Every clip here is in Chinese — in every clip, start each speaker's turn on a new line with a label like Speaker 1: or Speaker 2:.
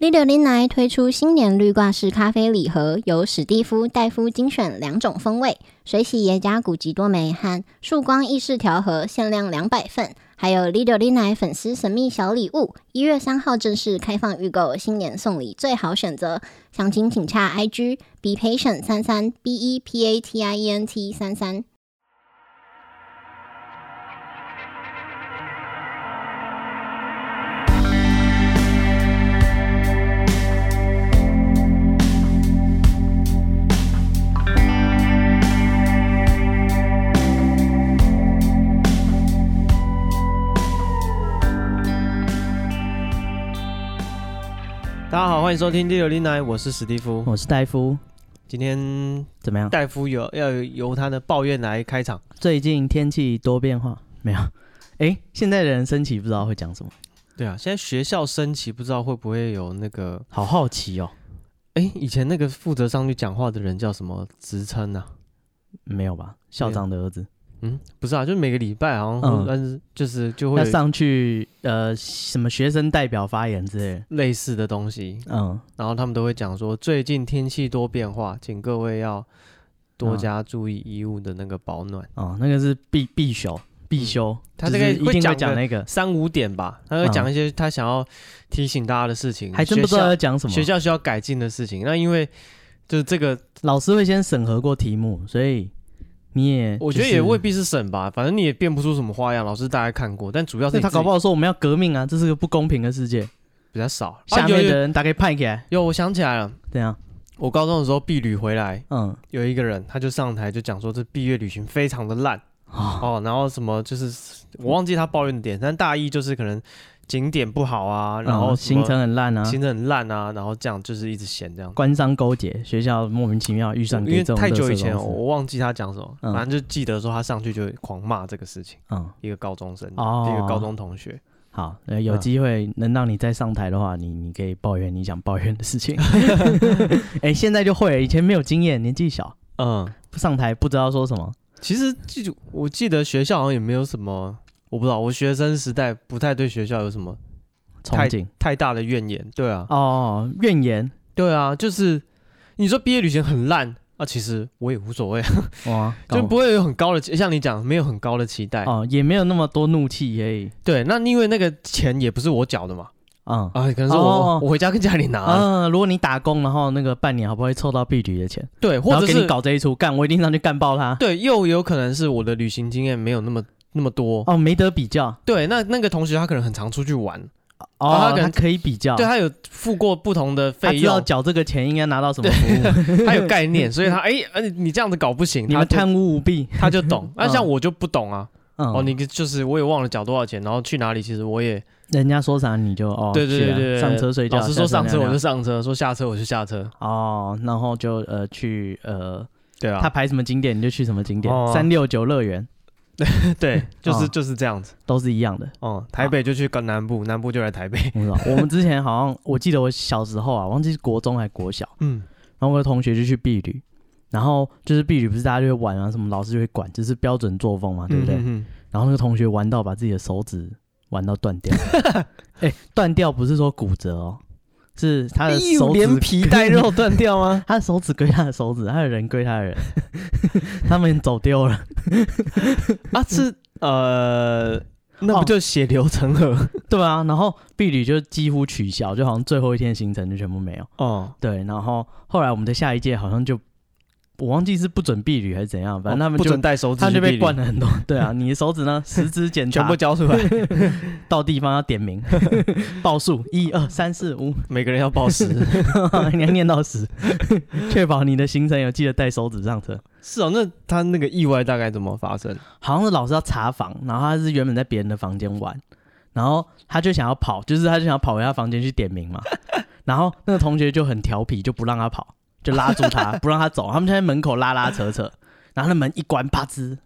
Speaker 1: 绿柳林来推出新年绿挂式咖啡礼盒，由史蒂夫、戴夫精选两种风味，水洗耶加古籍多梅和曙光意式调和，限量两百份。还有 Lido l i n a 粉丝神秘小礼物，一月三号正式开放预购，新年送礼最好选择。详情请洽 IG be patient 三三 b e p a t i e n t 三三。
Speaker 2: 大家好，欢迎收听《第六零奶》，我是史蒂夫。
Speaker 3: 哦我是戴夫，
Speaker 2: 今天
Speaker 3: 怎么样？
Speaker 2: 戴夫有要由他的抱怨来开场，
Speaker 3: 最近天气多变化，没有？ 哎，现在的人升旗不知道会讲什么，
Speaker 2: 对啊，现在学校升旗，不知道会不会有那个，
Speaker 3: 好好奇哦。
Speaker 2: 哎，以前那个负责上去讲话的人叫什么职称啊？
Speaker 3: 没有吧？校长的儿子
Speaker 2: 嗯，不是啊，就是每个礼拜好像，
Speaker 3: 嗯
Speaker 2: 但是就是就会
Speaker 3: 要
Speaker 2: 有
Speaker 3: 上去，呃，什么学生代表发言之类的。
Speaker 2: 类似的东西，
Speaker 3: 嗯，
Speaker 2: 然后他们都会讲说，最近天气多变化，请各位要多
Speaker 3: 嗯
Speaker 2: 加注意衣物的那个保暖。
Speaker 3: 哦，那个是必必修，必修。
Speaker 2: 嗯他
Speaker 3: 就是
Speaker 2: 这个
Speaker 3: 一
Speaker 2: 会
Speaker 3: 定
Speaker 2: 讲嗯
Speaker 3: 会
Speaker 2: 个
Speaker 3: 讲那个，
Speaker 2: 三五点吧，他会讲一些他想要提醒大家的事情，
Speaker 3: 嗯还真不知
Speaker 2: 学校
Speaker 3: 道要讲什么
Speaker 2: 学。校需要改进的事情。那因为就是这个，
Speaker 3: 老师会先审核过题目，所以你也
Speaker 2: 我觉得也未。必是省吧，反正你也变不出什么花样。老师大概看过，但主要是
Speaker 3: 那
Speaker 2: 你
Speaker 3: 他搞不
Speaker 2: 好
Speaker 3: 好说我们要革命啊，这是个不公平的世界。
Speaker 2: 比较少。
Speaker 3: 下
Speaker 2: 啊有
Speaker 3: 面的
Speaker 2: 有
Speaker 3: 人大概判起来，
Speaker 2: 有，我想起来了，
Speaker 3: 怎样？
Speaker 2: 我高中的时候避旅回来，
Speaker 3: 嗯，
Speaker 2: 有一个人他就上台就讲说这毕业旅行非常的烂
Speaker 3: 哦，
Speaker 2: 哦，然后什么就是我忘记他抱怨的点，但大意就是可能景点不好啊，然后
Speaker 3: 嗯
Speaker 2: 什么
Speaker 3: 行程很烂啊，
Speaker 2: 行程很烂啊，然后这样就是一直嫌这样。
Speaker 3: 官商勾结，学校莫名其妙遇上
Speaker 2: 因
Speaker 3: 给
Speaker 2: 为
Speaker 3: 这种
Speaker 2: 太久
Speaker 3: 垃圾
Speaker 2: 以前
Speaker 3: 公司
Speaker 2: 我忘记他讲什么，
Speaker 3: 嗯
Speaker 2: 反正就记得说他上去就狂骂这个事情，
Speaker 3: 嗯，
Speaker 2: 一个高中生，
Speaker 3: 哦
Speaker 2: 嗯一个高中同学。
Speaker 3: 好，呃，有
Speaker 2: 嗯
Speaker 3: 机会能让你再上台的话，你你可以抱怨你想抱怨的 事情。 哎、现在就会了，以前没有经验，年纪小，
Speaker 2: 嗯，
Speaker 3: 不上台不知道说什么。
Speaker 2: 其实记住，我记得学校好像也没有什么，我不知道，我学生时代不太对学校有什么
Speaker 3: 憧憬
Speaker 2: 太大的怨言。对啊，
Speaker 3: 哦，怨言
Speaker 2: 对啊，就是你说毕业旅行很烂啊，其实我也无所谓，
Speaker 3: 哇，
Speaker 2: 就
Speaker 3: 搞
Speaker 2: 不会有很高的期，像你讲没有很高的期待。
Speaker 3: 哦，也没有那么多怒气可以，
Speaker 2: 对，那因为那个钱也不是我缴的嘛，
Speaker 3: 嗯
Speaker 2: 啊，可能是我、
Speaker 3: 哦
Speaker 2: 我回家跟家里拿的，
Speaker 3: 嗯、如果你打工，然后那个半年好不容易凑到 B 局的钱，
Speaker 2: 对，或
Speaker 3: 然后
Speaker 2: 者
Speaker 3: 给
Speaker 2: 是
Speaker 3: 你搞这一出，干我一定上去干爆他。
Speaker 2: 对，又有可能是我的旅行经验没有那么那么多。
Speaker 3: 哦，没得比较
Speaker 2: 对，那那个同学他可能很常出去玩，
Speaker 3: 哦，
Speaker 2: 啊他
Speaker 3: 他
Speaker 2: 可
Speaker 3: 可
Speaker 2: 能
Speaker 3: 以比较，
Speaker 2: 对他有付过不同的
Speaker 3: 他
Speaker 2: 费
Speaker 3: 知道
Speaker 2: 用，
Speaker 3: 缴这个钱应该拿到什么 服务，
Speaker 2: 他有概念，所以他哎，呃你这样子搞不行，
Speaker 3: 你
Speaker 2: 他
Speaker 3: 们
Speaker 2: 就
Speaker 3: 贪污舞弊。
Speaker 2: 他就懂。那
Speaker 3: 嗯
Speaker 2: 像我就不懂啊，
Speaker 3: 嗯
Speaker 2: 哦，你就是我也忘了缴多少钱，然后去哪里，其实我也
Speaker 3: 人家说啥你就哦，
Speaker 2: 对对
Speaker 3: 去
Speaker 2: 对
Speaker 3: 啊
Speaker 2: 对，对
Speaker 3: 上车睡觉。
Speaker 2: 老师说
Speaker 3: 下
Speaker 2: 上车我
Speaker 3: 尿
Speaker 2: 就
Speaker 3: 尿
Speaker 2: 上车，说下车我就下车，
Speaker 3: 哦，然后就呃去呃，
Speaker 2: 对啊
Speaker 3: 他，排什么景点你就去什么景点
Speaker 2: 哦，
Speaker 3: 三六九乐园
Speaker 2: 对，就是
Speaker 3: 哦
Speaker 2: 就是这样子。
Speaker 3: 都是一样的。
Speaker 2: 哦，台北就去跟南部，南部就来台北。
Speaker 3: 我不 知道我们之前好像我记得我小时候啊，忘记是国中还是国小，
Speaker 2: 嗯，
Speaker 3: 然后我的同学就去避旅，然后就是避旅不是大家就会玩啊，什么老师就会管，这是标准作风嘛，对不对？
Speaker 2: 嗯嗯
Speaker 3: 然后那个同学玩到把自己的手指玩到断掉， 哎、断掉不是说骨折哦，是他的
Speaker 2: 哎呦
Speaker 3: 手指
Speaker 2: 连皮带肉断掉吗？
Speaker 3: 他的手指归他的手指，他的人归他的人， 他们走丢了。
Speaker 2: 啊，是呃，那不
Speaker 3: 哦
Speaker 2: 就血流成河？
Speaker 3: 对啊，然后婢旅就几乎取消，就好像最后一天的行程就全部没有。
Speaker 2: 哦，
Speaker 3: 对，然后后来我们的下一届好像就，我忘记是不准婢旅还是怎样，反正他们
Speaker 2: 哦不
Speaker 3: 就、
Speaker 2: 准带手指，
Speaker 3: 他们就被灌，了很多。对啊，你的手指呢，十指检
Speaker 2: 全
Speaker 3: 查
Speaker 2: 部，交出来，
Speaker 3: 到地方要 点名报数，一二三四五，
Speaker 2: 每个人要报十。
Speaker 3: 你要念到十，确保你的行程有记得带手指上车。
Speaker 2: 是哦，那他那个意外大概怎么发生？
Speaker 3: 好像是老师要查房，然后他是原本在别人的房间玩，然后他就想要跑，就是他就想要跑回他房间去点名嘛。 然后那个同学就很调皮，就不让他跑，就拉住他，不让他走。他们就在门口拉拉扯扯，然后那门一关，啪吱，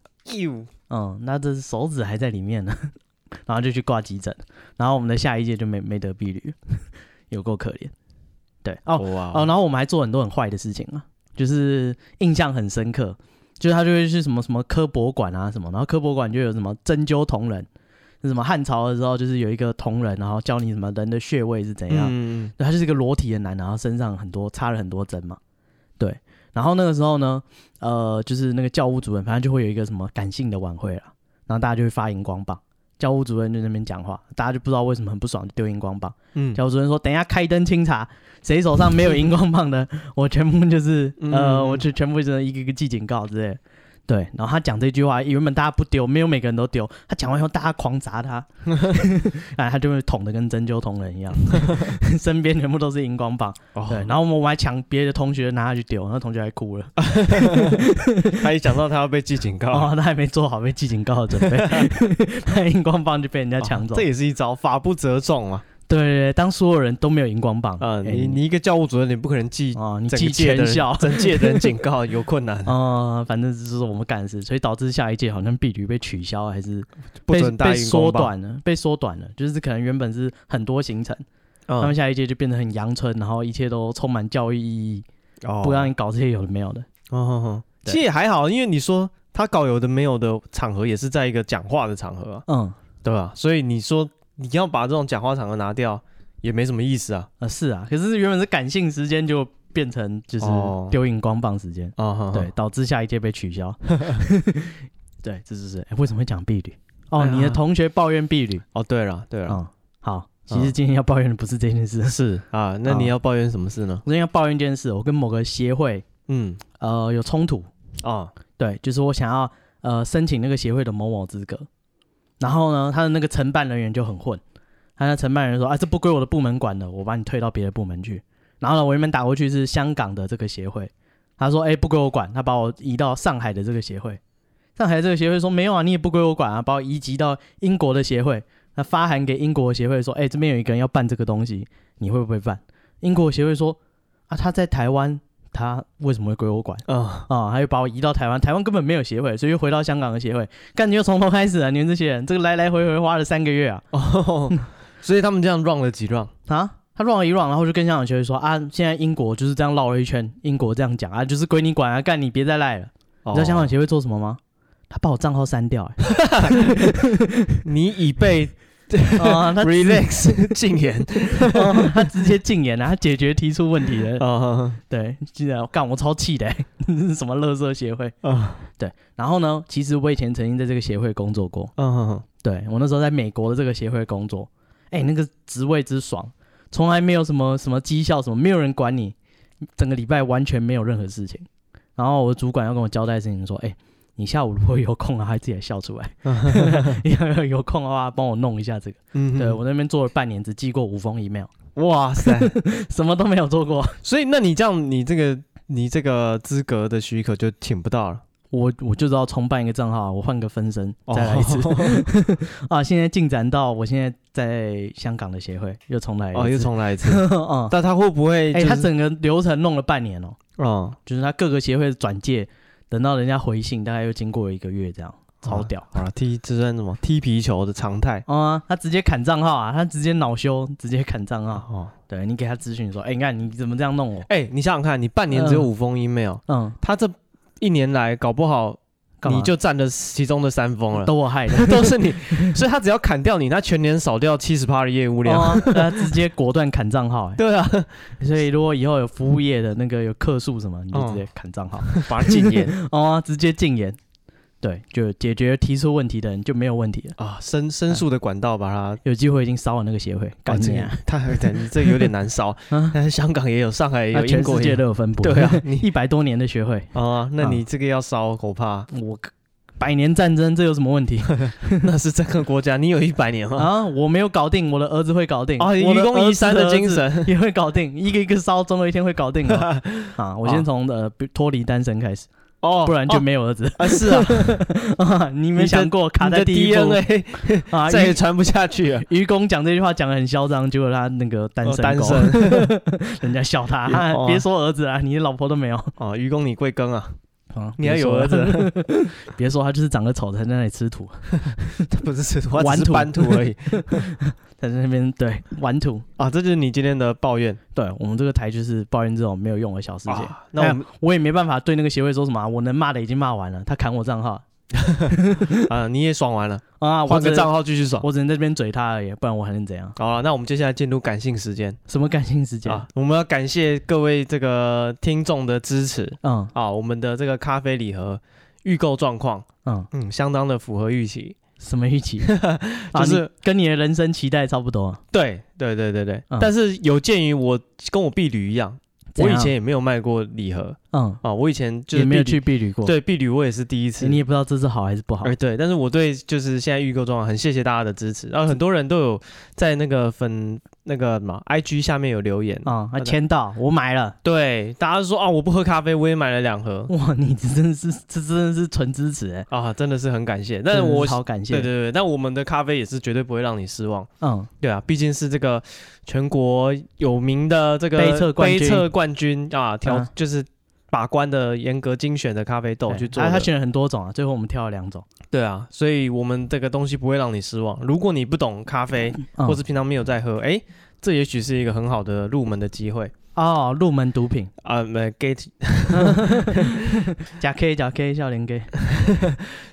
Speaker 2: 哟，
Speaker 3: 嗯，那这手指还在里面呢， 然后就去挂急诊。然后我们的下一届就没没得避旅， 有够可怜。对，哦，
Speaker 2: 哇
Speaker 3: 哦，然后我们还做很多很坏的事情啊，就是印象很深刻，就是他就会去什么什么科博馆啊什么，然后科博馆就有什么针灸同人，那什么汉朝的时候，就是有一个铜人，然后教你什么人的穴位是怎样。
Speaker 2: 嗯，
Speaker 3: 对，他就是一个裸体的男，然后身上很多插了很多针嘛，对。然后那个时候呢，呃，就是那个教务主任，反正就会有一个什么感性的晚会了，然后大家就会发荧光棒，教务主任就在那边讲话，大家就不知道为什么很不爽，就丢荧光棒。
Speaker 2: 嗯，
Speaker 3: 教务主任说：“等一下开灯清查，谁手上没有荧光棒的， 我全部就是呃，
Speaker 2: 嗯
Speaker 3: 我就全部就是一个一个记警告之类的。”对，然后他讲这句话，原本大家不丢，没有每个人都丢。他讲完以后，大家狂砸 他，哎，他就会捅的跟针灸捅人一样，身边全部都是荧光棒。
Speaker 2: 哦
Speaker 3: 对，然后我们我们还抢别的同学拿下去丢，然后同学还哭了，
Speaker 2: 他一想到他要被记警告，
Speaker 3: 哦，他还没做好被记警告的准备， 他的荧光棒就被人家抢走。
Speaker 2: 哦这也是一招，法不责众啊。
Speaker 3: 对对对，当所有人都没有荧光棒，
Speaker 2: 啊，
Speaker 3: 哎
Speaker 2: 你你一个教务主任，你不可能记
Speaker 3: 哦，你
Speaker 2: 整个
Speaker 3: 记
Speaker 2: 届的
Speaker 3: 全
Speaker 2: 人，
Speaker 3: 校
Speaker 2: 整届的人警 告，有困 难，
Speaker 3: 啊、反正这是我们干的事，所以导致下一届好像婢女被取消，还是
Speaker 2: 不
Speaker 3: 被
Speaker 2: 准带
Speaker 3: 被
Speaker 2: 荧
Speaker 3: 缩
Speaker 2: 光棒。
Speaker 3: 短了，被缩短了。就是可能原本是很多行程，他们
Speaker 2: 嗯，
Speaker 3: 下一届就变得很阳春，然后一切都充满教育意义，
Speaker 2: 哦
Speaker 3: 不让你搞这些有的没有的。
Speaker 2: 哦哦哦，
Speaker 3: 对
Speaker 2: 其实也还好，因为你说他搞有的没有的场合，也是在一个讲话的场合啊，
Speaker 3: 嗯，
Speaker 2: 对吧？所以你说你要把这种讲话场合拿掉，也没什么意思啊。
Speaker 3: 呃，是啊，可是原本是感性时间就变成就是
Speaker 2: 哦
Speaker 3: 丢荧光棒时间，
Speaker 2: 啊、哦，
Speaker 3: 对，导致下一届被 取消。对，这就是、哎为什么会讲婢女？哦，
Speaker 2: 哎呀
Speaker 3: 你的同学抱怨婢女
Speaker 2: 哦，对了，对了，
Speaker 3: 嗯，好，其实今天要抱怨的不是这件事，
Speaker 2: 是啊，那
Speaker 3: 嗯
Speaker 2: 你要抱怨什么事呢？
Speaker 3: 我今天要抱怨一件事，我跟某个协会
Speaker 2: 嗯，
Speaker 3: 呃有冲突，
Speaker 2: 哦，
Speaker 3: 对，就是我想要呃申请那个协会的某某资格，然后呢，他的那个承办人员就很混，他的承办人说啊，这不归我的部门管的，我把你推到别的部门去。然后呢，我原本打过去是香港的这个协会，他说哎、不归我管，他把我移到上海的这个协会，上海这个协会说没有啊，你也不归我管啊，把我移籍到英国的协会，那发函给英国的协会说，哎、这边有一个人要办这个东西，你会不会办？英国的协会说啊，他在台湾，他为什么会归我管？
Speaker 2: 啊、
Speaker 3: 啊、还有把我移到台湾，台湾根本没有协会，所以又回到香港的协会，干你又从头开始啊！你们这些人，这个来来回回花了三个月啊
Speaker 2: 哦，所以他们这样 run 了几 run，
Speaker 3: 啊！他乱了一乱，然后就跟香港协会说啊，现在英国就是这样绕了一圈，英国这样讲啊，就是归你管啊，干你别再赖了。
Speaker 2: 你
Speaker 3: 你知道香港协会做什么吗？他把我账号删掉、欸，
Speaker 2: 你已被
Speaker 3: 啊、他
Speaker 2: relax 禁言
Speaker 3: 啊他直接禁言啊，他解决提出问 题的，
Speaker 2: 啊
Speaker 3: 对，记得干我超气的、欸， 这是什么乐色协会？
Speaker 2: 啊
Speaker 3: 然后呢，其实我以前曾经在这个协会工作过，
Speaker 2: 啊！
Speaker 3: 对我那时候在美国的这个协会工作，哎、那个职位之爽，从来没有什么什么绩效什么，没有人管你，整个礼拜完全没有任何事情。然后我的主管要跟我交代的事情，说，哎、你下午如果有空啊，还自己来笑 出来，你要有空的话，帮我弄一下这个。
Speaker 2: 嗯
Speaker 3: 对我那边做了半年，只寄过五封 email，
Speaker 2: 哇塞！
Speaker 3: 什么都没有做过。
Speaker 2: 所以那你这样，你这个你这个资格的许可就请不到了。
Speaker 3: 我我就知道重办一个账号啊，我换个分身
Speaker 2: 哦
Speaker 3: 再来一次、啊。现在进展到我现在在香港的协会又重来一次，
Speaker 2: 哦，又重来一次。
Speaker 3: 嗯，
Speaker 2: 但他会不会、就
Speaker 3: 哎、
Speaker 2: 是？
Speaker 3: 他整个流程弄了半年哦、
Speaker 2: 哦，
Speaker 3: 就是他各个协会转介，等到人家回信，大概又经过一个月这样，超屌
Speaker 2: 啊好了，踢这算什么？踢皮球的常态。
Speaker 3: 啊他直接砍账号啊，他直接恼羞，直接砍账号。
Speaker 2: 哦，
Speaker 3: 对你给他咨询说，哎、你看你怎么这样弄我？
Speaker 2: 哎、你想想看，你半年只有
Speaker 3: 嗯
Speaker 2: 五封 email，、
Speaker 3: 嗯，
Speaker 2: 他这一年来搞不好
Speaker 3: 干嘛
Speaker 2: 你就占了其中的三封了，
Speaker 3: 都我害 的。
Speaker 2: 都是你，所以他只要砍掉你，他全年少掉七十趴的业务量。
Speaker 3: 哦，他直接果断砍账 号、
Speaker 2: 对啊，
Speaker 3: 哎，所以如果以后有服务业的那个有客诉什么，你就直接
Speaker 2: 嗯
Speaker 3: 砍 账号，
Speaker 2: 把它禁言
Speaker 3: 哦，直接禁言，对，就解决提出问题的人就没有问题了。
Speaker 2: 啊，申申诉的管道把它。
Speaker 3: 有机会已经烧了那个协会，啊
Speaker 2: 把
Speaker 3: 感
Speaker 2: 这
Speaker 3: 谢
Speaker 2: 个， 他等你这个有点难烧，
Speaker 3: 啊
Speaker 2: 但是香港也有，上海也
Speaker 3: 那
Speaker 2: 有，英
Speaker 3: 全
Speaker 2: 国
Speaker 3: 世
Speaker 2: 也
Speaker 3: 界
Speaker 2: 有
Speaker 3: 都有分布。
Speaker 2: 对啊，你
Speaker 3: 一百多年的学会，
Speaker 2: 啊，那
Speaker 3: 啊
Speaker 2: 你这个要烧，恐怕
Speaker 3: 我百年战争这有什么问
Speaker 2: 啊
Speaker 3: 题
Speaker 2: 那是整个国家，你有一百年吗？
Speaker 3: 啊？我没有搞定，我的儿子会搞定
Speaker 2: 啊，
Speaker 3: 我
Speaker 2: 愚
Speaker 3: 的
Speaker 2: 公移山
Speaker 3: 儿子
Speaker 2: 的
Speaker 3: 儿子
Speaker 2: 精神，
Speaker 3: 也会搞定，一个一个烧，总有一天会搞定的 啊！我先从呃不脱离单身开始，
Speaker 2: 哦，
Speaker 3: 不然就
Speaker 2: 哦
Speaker 3: 没有儿子。
Speaker 2: 啊是啊，
Speaker 3: 啊 你
Speaker 2: 你的
Speaker 3: 没想过 卡
Speaker 2: 你
Speaker 3: 在
Speaker 2: 的
Speaker 3: 第一步
Speaker 2: DNA
Speaker 3: 啊？
Speaker 2: 再
Speaker 3: 愚
Speaker 2: 也传不下去了。
Speaker 3: 愚公讲这句话讲的很嚣张，结果他那个单
Speaker 2: 哦
Speaker 3: 身
Speaker 2: 单
Speaker 3: 狗，
Speaker 2: 身
Speaker 3: 人家笑他，
Speaker 2: 也 哦
Speaker 3: 啊别说儿子啊，你老婆都没有
Speaker 2: 哦，愚公你贵庚啊？
Speaker 3: 啊！
Speaker 2: 你还
Speaker 3: 别
Speaker 2: 有
Speaker 3: 说
Speaker 2: 儿
Speaker 3: 了，
Speaker 2: 子？
Speaker 3: 别说他就是长得丑才在那里吃土，
Speaker 2: 他不是吃土，他
Speaker 3: 玩
Speaker 2: 只是
Speaker 3: 土
Speaker 2: 搬土而已
Speaker 3: 在那边对玩土。
Speaker 2: 啊！这就是你今天的抱怨
Speaker 3: 对我们这个台就是抱怨这种没有用的小事情。哎
Speaker 2: 啊。那我们
Speaker 3: 我也没办法对那个协会说什么啊、我能骂的已经骂完了，他砍我账号，
Speaker 2: 啊，你也爽完了，
Speaker 3: 啊，我
Speaker 2: 换个
Speaker 3: 只能
Speaker 2: 账号继续爽。
Speaker 3: 我只能在这边嘴他而已，不然我还能怎样？
Speaker 2: 好了，啊那我们接下来进入感性时间
Speaker 3: 什么感性时间？
Speaker 2: 啊，我们要感谢各位这个听众的支持
Speaker 3: 嗯
Speaker 2: 啊，我们的这个咖啡礼盒预购状况，
Speaker 3: 嗯，
Speaker 2: 嗯，相当的符合预期。
Speaker 3: 什么 预期？啊
Speaker 2: 就是
Speaker 3: 你跟你的人生期待差不多啊。
Speaker 2: 对对对对对，
Speaker 3: 嗯
Speaker 2: 但是有鉴于我跟我婢女一样，我
Speaker 3: 怎
Speaker 2: 以
Speaker 3: 样
Speaker 2: 前也没有卖过礼盒
Speaker 3: 嗯，
Speaker 2: 啊，我以前就是
Speaker 3: 也没有
Speaker 2: 婢女
Speaker 3: 去避旅过，
Speaker 2: 对婢女，我也是第一
Speaker 3: 欸，
Speaker 2: 次。
Speaker 3: 你也不知道这是好还是不好
Speaker 2: 哎，。对，但是我对就是现在预购状况很谢谢大家的支持，然后很多人都有在那个粉那个什么 IG 下面有留言，
Speaker 3: 啊，啊，签到，我买了。
Speaker 2: 对，大家说啊我不喝咖啡，我也买了两盒
Speaker 3: 哇，你这真的是，这真的是纯支持哎。
Speaker 2: 啊，真的是很感谢。但是
Speaker 3: 真的
Speaker 2: 我
Speaker 3: 好感谢。
Speaker 2: 对对对，但我们的咖啡也是绝对不会让你失望，
Speaker 3: 嗯，
Speaker 2: 对啊，毕竟是这个全国有名的这个
Speaker 3: 杯测冠军
Speaker 2: 杯测冠军啊，调
Speaker 3: 嗯
Speaker 2: 就是把关的严格精选的咖啡豆
Speaker 3: 对
Speaker 2: 去做
Speaker 3: 啊
Speaker 2: 的，
Speaker 3: 他选了很多种啊，最后我们挑了两种。
Speaker 2: 对啊，所以我们这个东西不会让你失望。如果你不懂咖啡，
Speaker 3: 嗯
Speaker 2: 或是平常没有在喝，哎、这也许是一个很好的入门的机会
Speaker 3: 哦，入门 毒品，
Speaker 2: 啊。那 get
Speaker 3: 假 K 假 K 笑脸 K，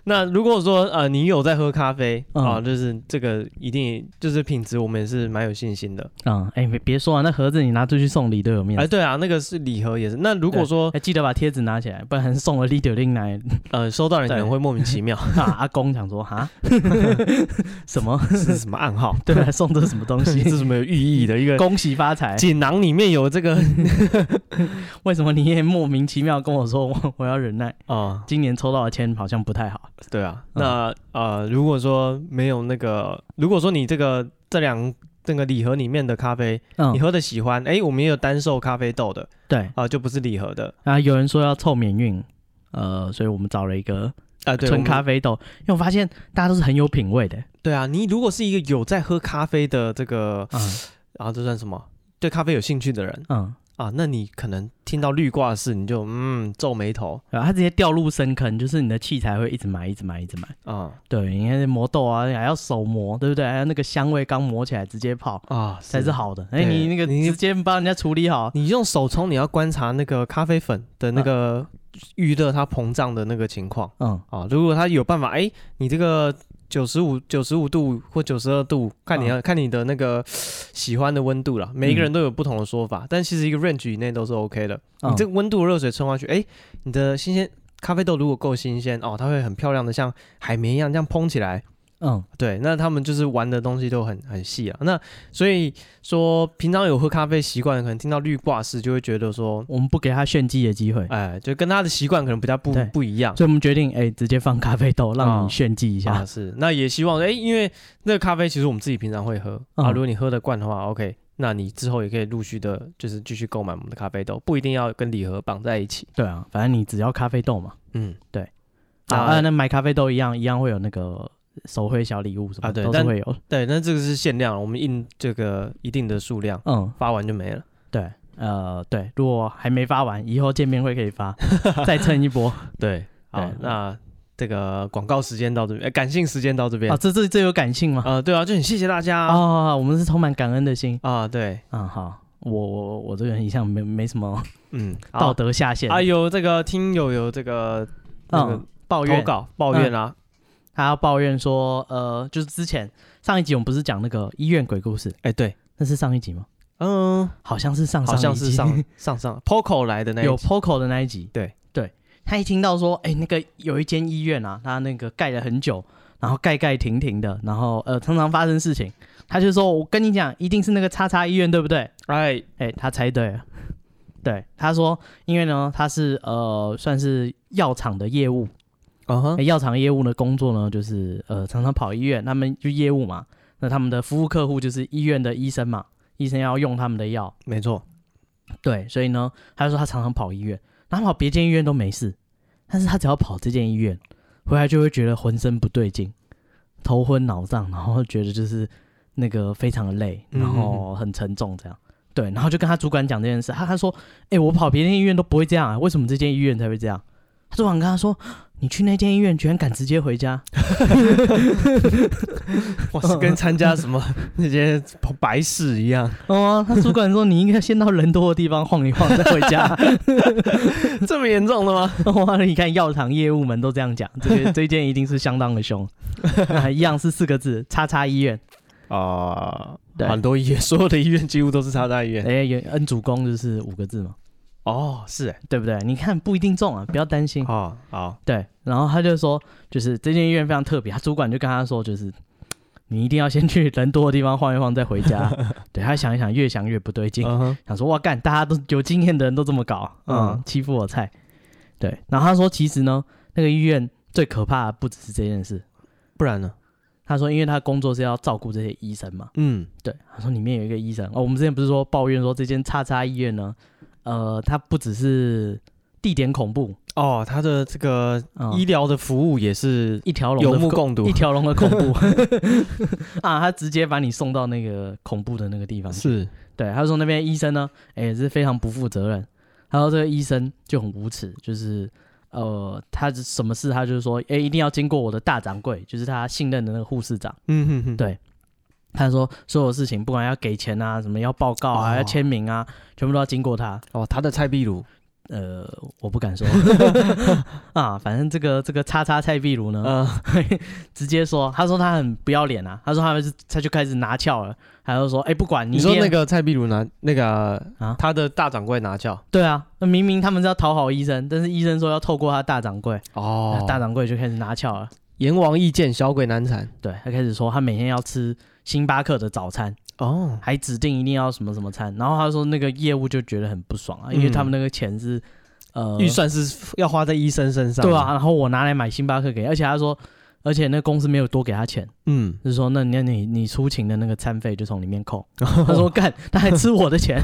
Speaker 2: 那如果说呃你有在喝咖啡、
Speaker 3: 嗯
Speaker 2: 啊，就是这个一定就是品质，我们也是蛮有信心的。
Speaker 3: 嗯，哎，别别说啊，那盒子你拿出去送礼都有面
Speaker 2: 哎，
Speaker 3: 子。
Speaker 2: 对啊，那个是礼盒也是。那如果说
Speaker 3: 哎，记得把贴纸拿起来，不然送了 leader 令来，
Speaker 2: 呃收到人可能
Speaker 3: 对
Speaker 2: 会莫名其 妙
Speaker 3: 啊阿公想 说哈，什么？
Speaker 2: 是什么暗号，
Speaker 3: 对啊，送这是什么 东
Speaker 2: 这
Speaker 3: 西？
Speaker 2: 是什么有寓意的一个
Speaker 3: 恭喜发财！
Speaker 2: 锦囊里面有这个
Speaker 3: 为什么你也莫名其妙跟我说我我要忍耐？
Speaker 2: 啊、
Speaker 3: 今年抽到的签好像不太好。
Speaker 2: 对啊。
Speaker 3: 嗯
Speaker 2: 那呃如果说没有那个，如果说你这个这两这个礼盒里面的咖啡
Speaker 3: 嗯
Speaker 2: 你，喝的喜欢，哎，我们也有单售咖啡豆的
Speaker 3: 对
Speaker 2: 啊、就不是礼盒的
Speaker 3: 啊，有人说要凑免运，呃，所以我们找了一个
Speaker 2: 啊。对，
Speaker 3: 纯
Speaker 2: 我们
Speaker 3: 咖啡豆，因为我发现大家都是很有品味的。
Speaker 2: 对啊，你如果是一个有在喝咖啡的这个，
Speaker 3: 嗯
Speaker 2: 然后这算什么？对咖啡有兴趣的人
Speaker 3: 嗯，
Speaker 2: 啊，那你可能听到绿挂式，你就嗯皱眉头
Speaker 3: 然后它直接掉入深坑，就是你的器材会一直买，一直买，一直买。
Speaker 2: 啊
Speaker 3: 对，你看磨豆啊，还要手磨，对不对？还有那个香味刚磨起来直接泡
Speaker 2: 啊
Speaker 3: 才是。好的。哎、
Speaker 2: 对
Speaker 3: 你那个
Speaker 2: 你
Speaker 3: 直接帮人家处理好，
Speaker 2: 你用手冲，你要观察那个咖啡粉的那个预热它膨胀的那个情况
Speaker 3: 嗯，
Speaker 2: 啊。如果它有办法，哎，你这个九十五九十五度或九十二度，看你要、看你的那个喜欢的温度啦。每一个人都有不同的说法，但其实一个 range 以内都是 OK 的。
Speaker 3: 嗯
Speaker 2: 你这个温度的热水冲下去，哎、你的新鲜咖啡豆如果够新鲜哦，它会很漂亮的像海绵一样这样蓬起来。
Speaker 3: 嗯
Speaker 2: 对，那他们就是玩的东西都很很细啊。那所以说，平常有喝咖啡习惯，可能听到绿挂式就会觉得说，
Speaker 3: 我们不给他炫技的机会，
Speaker 2: 哎、就跟他的习惯可能比较不
Speaker 3: 对
Speaker 2: 不一样。
Speaker 3: 所以我们决定哎、直接放咖啡豆让
Speaker 2: 哦
Speaker 3: 你炫技一下。
Speaker 2: 啊，是，那也希望哎、因为那个咖啡其实我们自己平常会喝、啊，
Speaker 3: 嗯
Speaker 2: 如果你喝得惯的话，OK，那你之后也可以陆续的，就是继续购买我们的咖啡豆，不一定要跟礼盒绑在一起。
Speaker 3: 对啊，反正你只要咖啡豆嘛。
Speaker 2: 嗯，
Speaker 3: 啊，
Speaker 2: 啊
Speaker 3: 啊那买咖啡豆一样一样会有那个手绘小礼物什么
Speaker 2: 啊对
Speaker 3: 的，都
Speaker 2: 但
Speaker 3: 是会有。
Speaker 2: 对，那这个是限量，我们印这个一定的数量，
Speaker 3: 嗯，
Speaker 2: 发完就没了。
Speaker 3: 对，呃，对，如果还没发完，以后见面会可 以发，再蹭一波啊。
Speaker 2: 对，好
Speaker 3: 对，
Speaker 2: 那这个广告时间到这边，呃感性时间到这边啊、
Speaker 3: 这这这有感性吗？
Speaker 2: 对啊，就很谢谢大家啊，
Speaker 3: 啊，我们是充满感恩的心。
Speaker 2: 对，
Speaker 3: 嗯，好，我我我这个人一向没没什么
Speaker 2: 嗯，好
Speaker 3: 道德下限，
Speaker 2: 啊，有这个听友有这个那个
Speaker 3: 嗯，
Speaker 2: 投
Speaker 3: 抱怨，嗯
Speaker 2: 稿抱怨啊，
Speaker 3: 他要抱怨说，呃，就是之前上一集我们不是讲那个医院鬼故事，
Speaker 2: 哎、对，
Speaker 3: 那是上一集吗？
Speaker 2: 嗯。
Speaker 3: 好像是上上
Speaker 2: 好
Speaker 3: 一集，
Speaker 2: 像是 上上上 Poco 来的那一
Speaker 3: 有
Speaker 2: 集
Speaker 3: POCO 的那一集，
Speaker 2: 对
Speaker 3: 对，他一听到说，哎、那个有一间医院啊，他那个盖了很久，然后盖盖停停的，然后呃，常常发生事情，他就说，我跟你讲，一定是那个叉叉医院，对不对？
Speaker 2: 哎
Speaker 3: 哎、他猜对了，对，他说，因为呢，他是呃，算是药厂的业务，
Speaker 2: 嗯哼
Speaker 3: 诶药厂业务的工作呢，就是呃，常常跑医院，他们就业务嘛，那他们的服务客户就是医院的医生嘛，医生要用他们的药，
Speaker 2: 没错，
Speaker 3: 对，所以呢，他就说他常常跑医院，然后跑别间医院都没事，但是他只要跑这间医院，回来就会觉得浑身不对劲，头昏脑胀，然后觉得就是那个非常的累，
Speaker 2: 嗯
Speaker 3: 然后很沉重这样。对，然后就跟他主管讲这件事，他他说，哎、我跑别间医院都不会这样、啊，为什么这间医院才会这样？他昨晚跟他说，你去那间医院居然敢直接回家，
Speaker 2: 哇，是跟参加什么那些白事一样，
Speaker 3: 哦，他主管说你应该先到人多的地方晃一晃再回 家。
Speaker 2: 这么严重的吗？
Speaker 3: 哇，你看药厂业务们都这样讲，这个这件一定是相当的凶， 那一样是四个字，叉叉医院。
Speaker 2: 啊、
Speaker 3: 对
Speaker 2: 很多医院， 所有的医院几乎都是差大医院。
Speaker 3: 哎，有恩主公就是五个字嘛，
Speaker 2: 哦，是哎，
Speaker 3: 对不对？你看不一定中啊，不要担心。
Speaker 2: 哦，好，
Speaker 3: 对，然后他就说，就是这间医院非常特别，他主管就跟他说，就是你一定要先去人多的地方晃一晃再 回家。对他想一想，越想越不对劲，
Speaker 2: 嗯哼，
Speaker 3: 想说哇干，大家都有经验的人都这么搞，嗯，
Speaker 2: 嗯
Speaker 3: 欺负我菜。对，然后他说，其实呢，那个医院最可怕的不只是这件事。
Speaker 2: 不然呢？
Speaker 3: 他说，因为他工作是要照顾这些医生嘛。
Speaker 2: 嗯，
Speaker 3: 对，他说里面有一个医生哦，我们之前不是说抱怨说这间叉叉医院呢，呃，它不只是地点恐怖，
Speaker 2: 哦，他的这个
Speaker 3: 嗯、
Speaker 2: 医疗的服务也是
Speaker 3: 一条龙
Speaker 2: 有
Speaker 3: 的
Speaker 2: 目
Speaker 3: 狗
Speaker 2: 共睹
Speaker 3: 一，条龙的恐怖 啊！他直接把你送到那个恐怖的那个地方去。
Speaker 2: 是
Speaker 3: 对，他说那边医生呢，哎、也是非常不负责任。他说这个医生就很无耻，就是呃，他什么事他就是说，哎、一定要经过我的大掌柜，就是他信任的那个护士长。
Speaker 2: 嗯哼哼，
Speaker 3: 对他说所有事情，不管要给钱啊，什么要报告啊，
Speaker 2: 哦
Speaker 3: 要签名啊，全部都要经过他。
Speaker 2: 哦，他的蔡壁如，
Speaker 3: 呃，我 不敢说啊，反正这个这个叉叉蔡壁如呢，
Speaker 2: 嗯，
Speaker 3: 直接说，他说他很不要脸啊，他说他们是他就开始拿翘了，他就说，哎、不管你
Speaker 2: 你说
Speaker 3: 一定
Speaker 2: 那个蔡壁如拿那个啊
Speaker 3: 啊，
Speaker 2: 他的大掌柜拿翘，
Speaker 3: 对啊，那明明他们是要讨好医生，但是医生说要透过他大掌柜，
Speaker 2: 哦
Speaker 3: 大掌柜就开始拿翘了，
Speaker 2: 阎王易见，小鬼难缠，
Speaker 3: 对他开始说他每天要吃星巴克的早餐，
Speaker 2: 哦，
Speaker 3: 还指定一定要什么什么餐，然后他说那个业务就觉得很不爽啊，因为
Speaker 2: 嗯
Speaker 3: 他们那个钱是、呃
Speaker 2: 预算是要花在医生身上，
Speaker 3: 对啊，，然后我拿来买星巴克给，而且他说。而且那公司没有多给他钱，
Speaker 2: 嗯，
Speaker 3: 就是说，那你那你你出勤的那个餐费就从里面扣。他说干，他还吃我的 钱，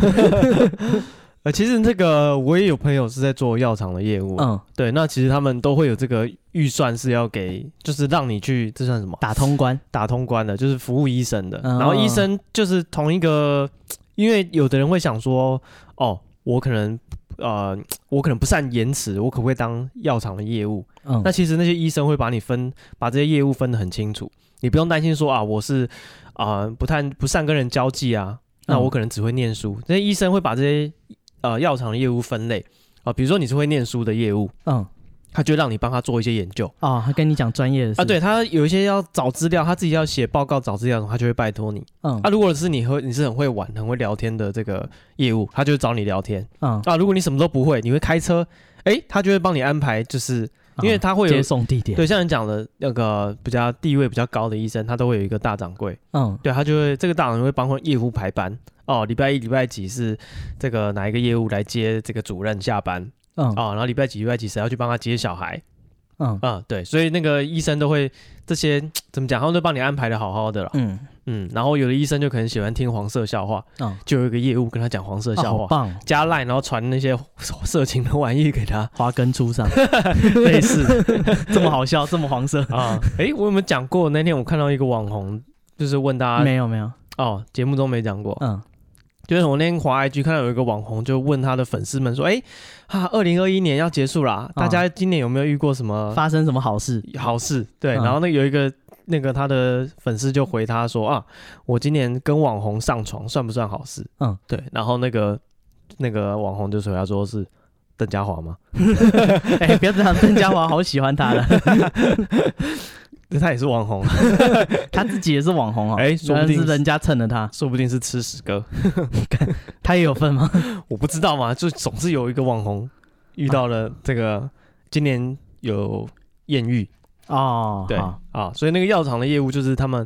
Speaker 2: 呃，其实这个我也有朋友是在做药厂的业务，
Speaker 3: 嗯，
Speaker 2: 对，那其实他们都会有这个预算是要给，就是让你去，这算什么？
Speaker 3: 打通关，
Speaker 2: 打通关的，就是服务医生的。
Speaker 3: 嗯
Speaker 2: 然后医生就是同一个，因为有的人会想说，哦，我可能呃，我可能不善言辞，我可不可以当药厂的业务？
Speaker 3: 嗯，
Speaker 2: 那其实那些医生会把你分，把这些业务分得很清楚，你不用担心说啊，我是啊、不太不善跟人交际啊，那
Speaker 3: 嗯
Speaker 2: 我可能只会念书。这些医生会把这些呃药厂的业务分类啊、比如说你是会念书的业务，
Speaker 3: 嗯
Speaker 2: 他就让你帮他做一些研究。
Speaker 3: 哦，他跟你讲专业的事
Speaker 2: 啊，对，他有一些要找资料，他自己要写报告找资料的话，他就会拜托你。
Speaker 3: 嗯
Speaker 2: 啊，如果是你和你是很会玩、很会聊天的这个业务，他就找你聊天。
Speaker 3: 嗯，
Speaker 2: 啊，如果你什么都不会，你会开车，诶，他就会帮你安排，就是因为
Speaker 3: 嗯
Speaker 2: 他会有
Speaker 3: 接送地点，
Speaker 2: 对像你讲的那个比较地位比较高的医生，他都会有一个大掌柜，
Speaker 3: 嗯
Speaker 2: 对他就会这个大掌柜会帮业务排班。哦，礼拜一、礼拜几是这个哪一个业务来接这个主任下班
Speaker 3: 嗯
Speaker 2: 啊、然后礼拜几、礼拜几谁要去帮他接小孩？
Speaker 3: 嗯
Speaker 2: 啊，对，所以那个医生都会这些怎么讲，他们都帮你安排的好好的了。
Speaker 3: 嗯
Speaker 2: 嗯，然后有的医生就可能喜欢听黄色笑话，
Speaker 3: 嗯，
Speaker 2: 就有一个业务跟他讲黄色
Speaker 3: 啊
Speaker 2: 笑
Speaker 3: 好
Speaker 2: 话，
Speaker 3: 棒哦，，
Speaker 2: 加赖然后传那些 色情的玩意给他
Speaker 3: 花根初 上，
Speaker 2: 类 似
Speaker 3: 这么好笑，这么黄色，
Speaker 2: 啊。 诶，我有没有讲过？那天我看到一个网红，就是问大家
Speaker 3: 没有没有，
Speaker 2: 哦，节目中没讲过，
Speaker 3: 嗯
Speaker 2: 就是我那天滑 IG 看到有一个网红就问他的粉丝们说，诶，哈，二零二一年要结束啦，
Speaker 3: 啊
Speaker 2: 大家今年有没有遇过什么
Speaker 3: 发生什么好事？
Speaker 2: 好事，对。
Speaker 3: 嗯
Speaker 2: 然后那有一个那个他的粉丝就回他说啊，我今年跟网红上床算不算好事？
Speaker 3: 嗯，
Speaker 2: 对。然后那个那个网红就回他说是邓家华吗？
Speaker 3: 哎，不 要这样，邓家华好喜欢他的，
Speaker 2: 他也是网红，
Speaker 3: 他自己也是网红哦，
Speaker 2: 哎说不定
Speaker 3: 原来是人家蹭了他，
Speaker 2: 说不定是吃屎哥，
Speaker 3: 他也有份吗？
Speaker 2: 我不知道嘛。就总是有一个网红遇到
Speaker 3: 嗯
Speaker 2: 了这个今年有艳遇，
Speaker 3: 哦，
Speaker 2: 对
Speaker 3: 好
Speaker 2: 啊，所以那个药厂的业务就是他们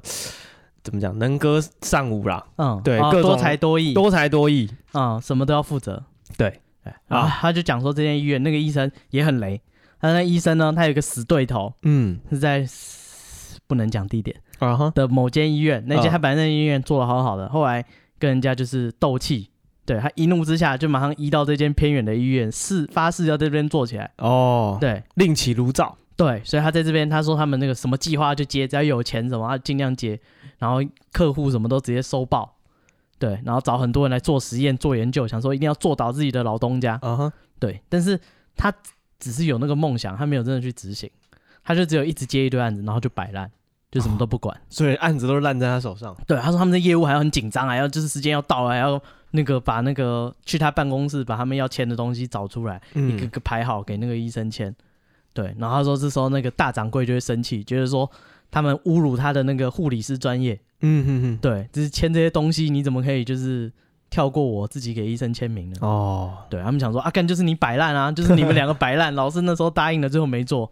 Speaker 2: 怎么讲能歌善舞啦，
Speaker 3: 嗯，
Speaker 2: 对
Speaker 3: 哦
Speaker 2: 各种
Speaker 3: 多才多艺，
Speaker 2: 多才多艺。
Speaker 3: 嗯，什么都要负责。
Speaker 2: 对，
Speaker 3: 然后
Speaker 2: 啊
Speaker 3: 他就讲说这间医院那个医生也很雷，他那医生呢，他有一个死对头
Speaker 2: 嗯，
Speaker 3: 是在不能讲地点
Speaker 2: 啊哈，
Speaker 3: 的某间医院，那
Speaker 2: 嗯
Speaker 3: 间他本来那间医院做的好好的，后来跟人家就是斗气，对他一怒之下就马上移到这间偏远的医院，誓发誓要在这边做起来。
Speaker 2: 哦，
Speaker 3: 对
Speaker 2: 另起炉灶。
Speaker 3: 对，所以他在这边他说他们那个什么计划就接，只要有钱什么他尽量接，然后客户什么都直接收爆。对，然后找很多人来做实验、做研究，想说一定要做倒自己的老东家。
Speaker 2: 啊哈，
Speaker 3: 对，但是他只是有那个梦想，他没有真的去执行，他就只有一直接一堆案子，然后就摆烂，就什么都不管。
Speaker 2: 所以案子都烂在他手上。
Speaker 3: 哦对，他说他们的业务还要很紧张，还要就是时间要到了，还要那个把那个去他办公室把他们要签的东西找出来，一个
Speaker 2: 嗯，
Speaker 3: 个排好给那个医生签。对，然后他说这时候那个大掌柜就会生气，觉得说他们侮辱他的那个护理师专业。
Speaker 2: 嗯嗯
Speaker 3: 对，就是签这些东西，你怎么可以就是跳过我自己给医生签名呢？
Speaker 2: 嗯，哦，
Speaker 3: 对他们想说啊，干就是你摆烂啊，就是你们两个 摆烂，老师那时候答应了，最后没做。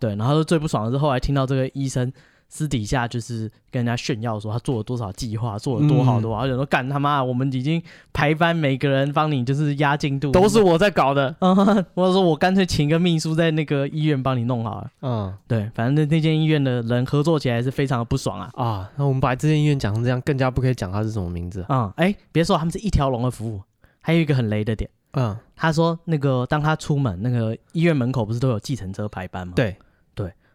Speaker 3: 对，然后他说最不爽的是后来听到这个医生私底下就是跟人家炫耀说他做了多少计划，做了多
Speaker 2: 嗯
Speaker 3: 好多好，他想说干他妈，我们已经排班，每个人帮你就是压进度，
Speaker 2: 都是我在搞的。
Speaker 3: 嗯， 或者说我干脆请一个秘书在那个医院帮你弄好了。
Speaker 2: 嗯
Speaker 3: 对，反正那那间医院的人合作起来是非常的不爽啊。
Speaker 2: 啊，那我们把这间医院讲成这样，更加不可以讲它是什么名字啊。
Speaker 3: 嗯，哎，别说他们是一条龙的服务，还有一个很雷的点，
Speaker 2: 嗯，
Speaker 3: 他说那个当他出门，那个医院门口不是都有计程车排班吗？，
Speaker 2: 对，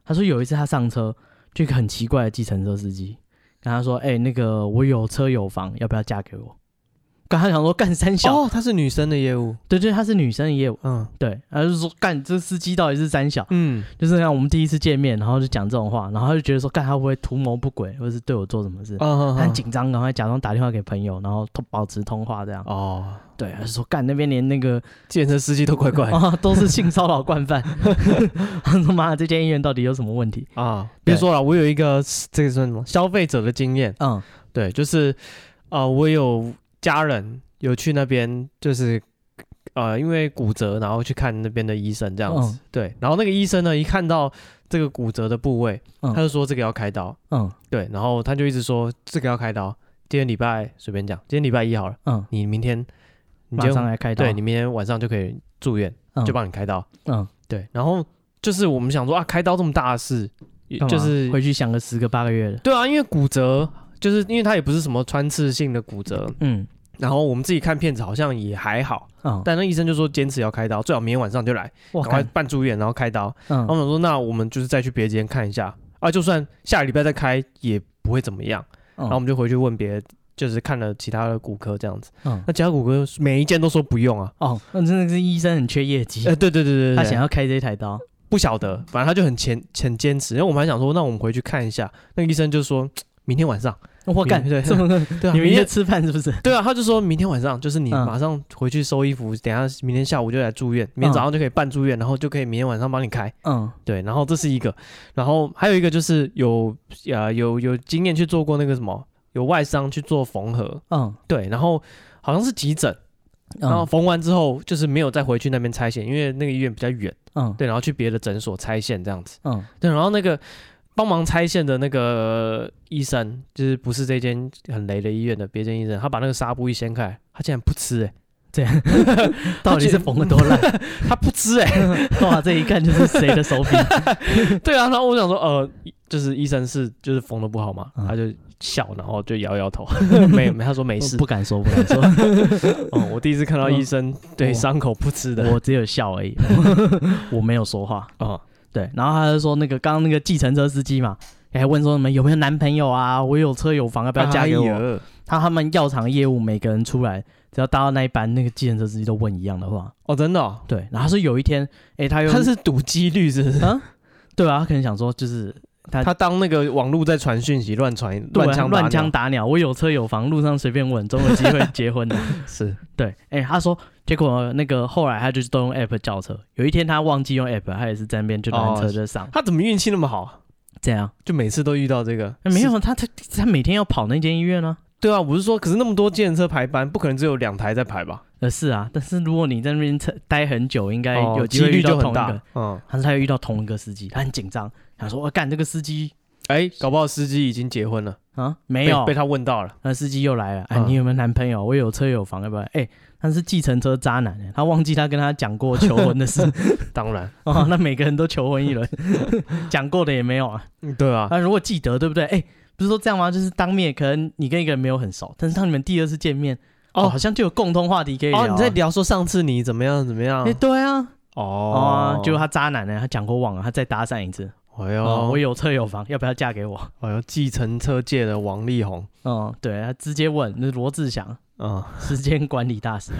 Speaker 3: 他说有一次他上车，就一个很奇怪的计程车司机跟他说：“哎、那个我有车有房，要不要嫁给我？” 刚他想说干三小，
Speaker 2: 哦，她是女生的业务。
Speaker 3: 对对，她是女生也有
Speaker 2: 嗯
Speaker 3: 对，他就说干这司机到底是三小，
Speaker 2: 嗯，
Speaker 3: 就是像我们第一次见面，然后就讲这种话，然后他就觉得说干他会不会图谋不轨，或者是对我做什么事，
Speaker 2: 哦，
Speaker 3: 他很紧张，赶快假装打电话给朋友，然后通保持通话这样。
Speaker 2: 哦，
Speaker 3: 对，他就说干那边连那个
Speaker 2: 计程车司机都怪 怪的
Speaker 3: 啊，都是性骚扰惯犯。他说妈，这间医院到底有什么问题？
Speaker 2: 啊。别说了，我有一个这个算什么消费者的经验。
Speaker 3: 嗯
Speaker 2: 对，就是啊，我有家人有去那边，就是呃，因为骨折，然后去看那边的医生这样子。
Speaker 3: 嗯
Speaker 2: 对，然后那个医生呢，一看到这个骨折的部位，
Speaker 3: 嗯
Speaker 2: 他就说这个要开刀。
Speaker 3: 嗯
Speaker 2: 对，然后他就一直说这个要开刀。今天礼拜随便讲，今天礼拜一好了，
Speaker 3: 嗯，
Speaker 2: 你明天你
Speaker 3: 马
Speaker 2: 就
Speaker 3: 上来开刀。
Speaker 2: 对你明天晚上就可以住院，
Speaker 3: 嗯
Speaker 2: 就帮你开刀。
Speaker 3: 嗯，
Speaker 2: 对，然后就是我们想说啊，开刀这么大的事，也
Speaker 3: 干嘛
Speaker 2: 就是
Speaker 3: 回去想个十个八个月的。
Speaker 2: 对啊，因为骨折，就是因为它也不是什么穿刺性的骨折，
Speaker 3: 嗯
Speaker 2: 然后我们自己看片子好像也还好，
Speaker 3: 嗯，
Speaker 2: 但那医生就说坚持要开刀，最好明天晚上就来，
Speaker 3: 我
Speaker 2: 赶快哦办住院，然后开刀。
Speaker 3: 嗯
Speaker 2: 然后我们说那我们就是再去别间看一下啊，就算下个礼拜再开也不会怎么样。然后我
Speaker 3: 嗯
Speaker 2: 们就回去问别，就是看了其他的骨科这样子，
Speaker 3: 嗯
Speaker 2: 那其他骨科每一间都说不用啊。
Speaker 3: 哦，那真的是医生很缺业绩
Speaker 2: 呃，，对对对对对，
Speaker 3: 他想
Speaker 2: 要
Speaker 3: 要开这一台刀。
Speaker 2: 不晓得，反正他就很坚很坚持。然后我们还想说，那我们回去看一下，那个医生就说嘖明天晚上，
Speaker 3: 我干，
Speaker 2: 对
Speaker 3: 这么个
Speaker 2: 对啊，
Speaker 3: 你们
Speaker 2: 明
Speaker 3: 在
Speaker 2: 天
Speaker 3: 吃饭是不是？
Speaker 2: 对啊，他就说明天晚上就是你
Speaker 3: 嗯
Speaker 2: 马上回去收衣服，等一下明天下午就来住院，明天早上就可以办住院，然后就可以明天晚上帮你开。
Speaker 3: 嗯
Speaker 2: 对，然后这是一个，然后还有一个就是有呃有有经验去做过那个什么，有外伤去做缝合，
Speaker 3: 嗯，
Speaker 2: 对，然后好像是急诊，然后
Speaker 3: 嗯
Speaker 2: 缝完之后就是没有再回去那边拆线，因为那个医院比较远，
Speaker 3: 嗯
Speaker 2: 对，然后去别的诊所拆线这样子。
Speaker 3: 嗯
Speaker 2: 对，然后那个帮忙拆线的那个医生，就是不是这间很雷的医院的别间医生，他把那个纱布一掀开，他竟然不吃、欸，
Speaker 3: 到底是缝的多烂？
Speaker 2: 他不吃、欸，
Speaker 3: 哇，这一看就是谁的手 笔。
Speaker 2: 对啊，然后我想说，呃，就是医生是就是缝的不好嘛，
Speaker 3: 嗯
Speaker 2: 他就笑，然后就摇 摇头，没有没有，他说没事
Speaker 3: 不。敢说，不敢说，
Speaker 2: 哦，我第一次看到医生对
Speaker 3: 哇
Speaker 2: 伤口不吃的，
Speaker 3: 我只有笑而已，我没有说话。
Speaker 2: 哦，
Speaker 3: 对，然后他就说那个刚刚那个计程车司机嘛，还问说你们有没有男朋友啊？我有车有房，要不要嫁给我？
Speaker 2: 哎呀
Speaker 3: 他他们药厂业务每个人出来，只要搭到那一班，那个计程车司机都问一样的话。
Speaker 2: 哦，真的哦、
Speaker 3: 对，然后他说有一天，哎，他又
Speaker 2: 他是赌几率是不是？
Speaker 3: 啊，对啊，他可能想说就是 他
Speaker 2: 他当那个网络在传讯息，乱传
Speaker 3: 对啊
Speaker 2: 乱枪打
Speaker 3: 乱
Speaker 2: 鸟
Speaker 3: 枪打鸟，我有车有房，路上随便问，总有机会结婚的。
Speaker 2: 是
Speaker 3: 对，哎、他说，结果那个后来他就是都用 app 叫车。有一天他忘记用 app，他也是在那边就拦
Speaker 2: 哦
Speaker 3: 车就上，
Speaker 2: 他怎么运气那么好啊？
Speaker 3: 这样、
Speaker 2: 就每次都遇到这个，
Speaker 3: 哎没
Speaker 2: 是？
Speaker 3: 有他他他每天要跑那间医院呢、
Speaker 2: 对啊，我是说，可是那么多计程车排班，不可能只有两台在排吧？
Speaker 3: 呃，是啊，但是如果你在那边车待很久，应该
Speaker 2: 哦
Speaker 3: 哎有机
Speaker 2: 几
Speaker 3: 会遇
Speaker 2: 率
Speaker 3: 到
Speaker 2: 就
Speaker 3: 同
Speaker 2: 很
Speaker 3: 一个
Speaker 2: 大。。嗯，
Speaker 3: 他说他又遇到同一个司机，他很紧张，他说：“我干，这个司机
Speaker 2: 哎，搞不好司机已经结婚了，
Speaker 3: 啊，没
Speaker 2: 没
Speaker 3: 有
Speaker 2: 被。他问到了”
Speaker 3: 那司机又来了，哎，
Speaker 2: 嗯
Speaker 3: 你有没有男朋友？我有车有房，要不要？哎，他是计程车渣男，哎他忘记他跟他讲过求婚的事
Speaker 2: 当然，
Speaker 3: 哦。那每个人都求婚一轮，讲过的也没有啊。
Speaker 2: 嗯对啊，
Speaker 3: 啊，如果记得，对不对？哎、不是说这样吗？就是当面可能你跟一个人没有很熟，但是当你们第二次见面，哦，
Speaker 2: 哦
Speaker 3: 好像就有共同话题可以聊、啊
Speaker 2: 哦，你在？聊说上次你怎么样怎么样
Speaker 3: 哎、？对啊，哦、
Speaker 2: 哦，
Speaker 3: 就他渣男呢，他讲过忘了，他再搭讪一次。
Speaker 2: 哎
Speaker 3: 哦，我
Speaker 2: 呦，
Speaker 3: 有车有房，要不要嫁给我？
Speaker 2: 哎呦，计程车界的王力宏，
Speaker 3: 哦嗯，对，他直接问，那罗志祥，
Speaker 2: 嗯，
Speaker 3: 时间管理大 师。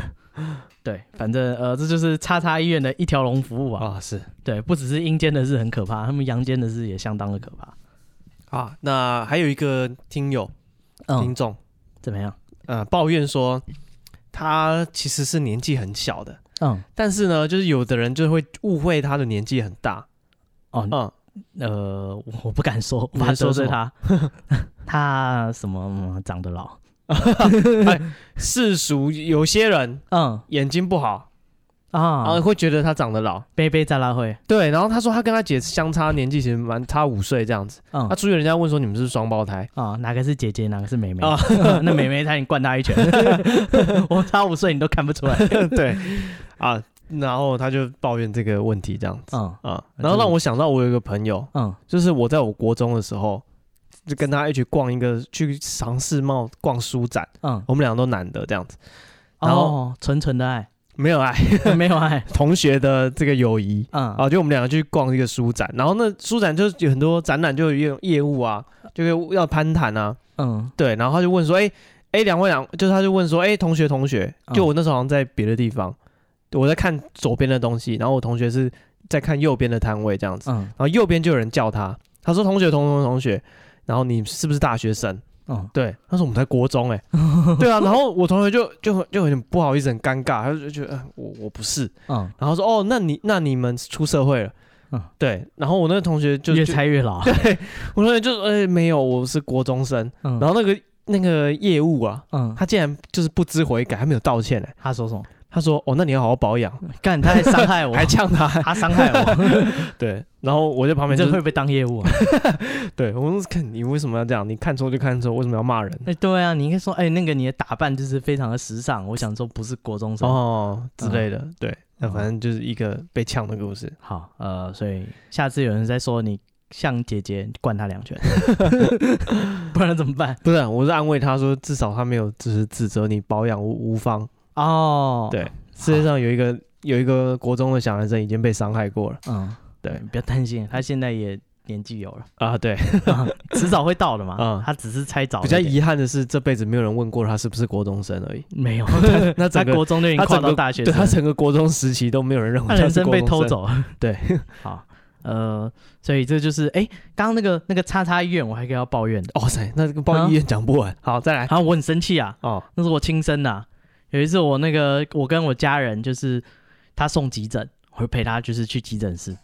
Speaker 3: 对，反正呃，这就是叉叉医院的一条龙服务啊。
Speaker 2: 啊是
Speaker 3: 对，不只是阴间的事很可怕，他们阳间的事也相当的可怕。
Speaker 2: 啊，那还有一个听友
Speaker 3: 嗯
Speaker 2: 听，众，
Speaker 3: 怎么样？
Speaker 2: 呃，抱怨说他其实是年纪很小的，
Speaker 3: 嗯，
Speaker 2: 但是呢，就是有的人就会误会他的年纪很大，
Speaker 3: 哦，
Speaker 2: 嗯，
Speaker 3: 呃，我不敢说，我
Speaker 2: 你
Speaker 3: 怕
Speaker 2: 能说
Speaker 3: 得罪他。 他什么、嗯长得老？
Speaker 2: 世俗有些人
Speaker 3: 嗯
Speaker 2: 眼睛不好，然后
Speaker 3: 啊，
Speaker 2: 会觉得他长得老。
Speaker 3: 贝贝在拉会。
Speaker 2: 对，然后他说他跟他姐相差年纪其实蛮差五岁这样子。啊
Speaker 3: 嗯
Speaker 2: 他出去人家问说你们是不是双胞胎，
Speaker 3: 啊，哪个是姐姐，哪个是妹妹？
Speaker 2: 啊
Speaker 3: 那妹妹差点灌他一拳， 我差五岁你都看不出来。
Speaker 2: 对啊，然后他就抱怨这个问题这样子
Speaker 3: 嗯
Speaker 2: 啊，
Speaker 3: 那
Speaker 2: 然后让
Speaker 3: 这个
Speaker 2: 我想到我有一个朋友，
Speaker 3: 嗯
Speaker 2: 就是我在我国中的时候，就跟他一起逛一个去尝试贸逛书展，
Speaker 3: 嗯，
Speaker 2: 我们两个都男的这样子，然后
Speaker 3: 哦，纯纯的爱，
Speaker 2: 没有爱啊
Speaker 3: 没有爱。
Speaker 2: 同学的这个友谊。
Speaker 3: 嗯
Speaker 2: 啊，就我们两个去逛这个书展，然后那书展就是有很多展览，就有业业务啊，就要攀谈啊，
Speaker 3: 嗯
Speaker 2: 对，然后他就问说，哎、哎，两位两，就是他就问说，哎、同学同学，
Speaker 3: 嗯
Speaker 2: 就我那时候好像在别的地方，我在看左边的东西，然后我同学是在看右边的摊位这样子，
Speaker 3: 嗯
Speaker 2: 然后右边就有人叫他，他说同学同同同学，然后你是不是大学生？
Speaker 3: 嗯
Speaker 2: 对，他说我们在国中哎、对啊，然后我同学就就很就有点不好意思，很尴尬，他就觉得、呃我我不是，
Speaker 3: 嗯，
Speaker 2: 然后说哦，那你那你们出社会了。
Speaker 3: 嗯
Speaker 2: 对，然后我那个同学就
Speaker 3: 越
Speaker 2: 就
Speaker 3: 猜 越老。
Speaker 2: 对，我同学就哎、没有，我是国中生。
Speaker 3: 嗯
Speaker 2: 然后那个那个业务啊，
Speaker 3: 嗯，
Speaker 2: 他竟然就是不知悔改，还没有道歉呢。
Speaker 3: 他说什么？
Speaker 2: 他说：“哦，那你要好好保养。
Speaker 3: 干，他还伤害”我，
Speaker 2: 还呛 他。
Speaker 3: 他伤害我，
Speaker 2: 对，然后我在旁
Speaker 3: 你
Speaker 2: 边就 是
Speaker 3: 这会不会当业务啊？
Speaker 2: 对我说：“看你为什么要这样？你看错就看错，为什么要骂人
Speaker 3: 哎，对啊，你应该说，哎，那个你的打扮就是非常的时尚。我想说，不是国中？”生。
Speaker 2: 哦之类的。对，那反正就是一个被呛的故事。
Speaker 3: 好，呃，所以下次有人再说你像姐姐，你灌他两 拳，不然怎么办？
Speaker 2: 不是，啊我是安慰他说，至少他没有就是指责你保养无无方。
Speaker 3: 哦，
Speaker 2: 对世界上有一个有一个国中的小男生已经被伤害过了
Speaker 3: 嗯，
Speaker 2: 对
Speaker 3: 不要担心，他现在也年纪有了，
Speaker 2: 啊。对，
Speaker 3: 迟早会到的嘛。
Speaker 2: 嗯
Speaker 3: 他只是猜早了
Speaker 2: 比
Speaker 3: 一
Speaker 2: 较
Speaker 3: 点，
Speaker 2: 遗憾的是，这辈子没有人问过他是不是国中生 而已。
Speaker 3: 没有，
Speaker 2: 那
Speaker 3: 他
Speaker 2: 整个
Speaker 3: 国中就已经
Speaker 2: 他
Speaker 3: 跨
Speaker 2: 整
Speaker 3: 到
Speaker 2: 个
Speaker 3: 大学
Speaker 2: 对
Speaker 3: 生
Speaker 2: 他
Speaker 3: 了，
Speaker 2: 整个国中时期都没有人认为
Speaker 3: 他
Speaker 2: 他
Speaker 3: 人
Speaker 2: 是
Speaker 3: 生
Speaker 2: 国
Speaker 3: 被
Speaker 2: 中
Speaker 3: 偷
Speaker 2: 生。
Speaker 3: 走了。
Speaker 2: 对，
Speaker 3: 好，呃，所以这就是哎，刚刚那个那个叉叉医院，我还可以要抱怨的。
Speaker 2: 哇塞，那个报医院讲不完。啊好，再来。
Speaker 3: 然后我很生气啊，
Speaker 2: 哦，
Speaker 3: 那是我亲生的啊、有一次我那个我跟我家人就是他送急诊，我就陪他就是去急诊室，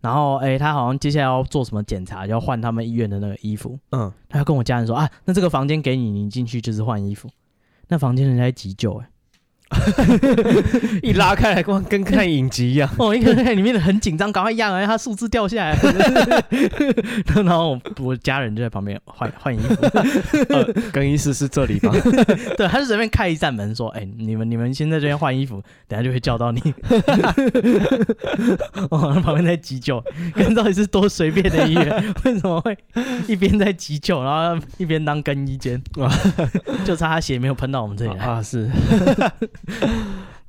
Speaker 3: 然后诶，他好像接下来要做什么检查，要换他们医院的那个衣服，
Speaker 2: 嗯，
Speaker 3: 他就跟我家人说啊，那这个房间给你，你进去就是换衣服。那房间人家在急救、欸，
Speaker 2: 一拉开来光跟看影集一 样。
Speaker 3: 哦， 一个人在里面很紧张，赶快压，哎，他树枝掉下来， 然后我我家人就在旁边换换衣服，
Speaker 2: 呃，更衣室是这 里吗？
Speaker 3: 对，他就随便开一扇门说：“哎、你们你们先在这边换衣服，等下就会叫到你。” 哦，旁边在急救，跟到底是多随便的医院，为什么会一边在急救，然后一边当更 衣间
Speaker 2: 哇？
Speaker 3: 就差他血没有喷到我们这里来，
Speaker 2: 啊，是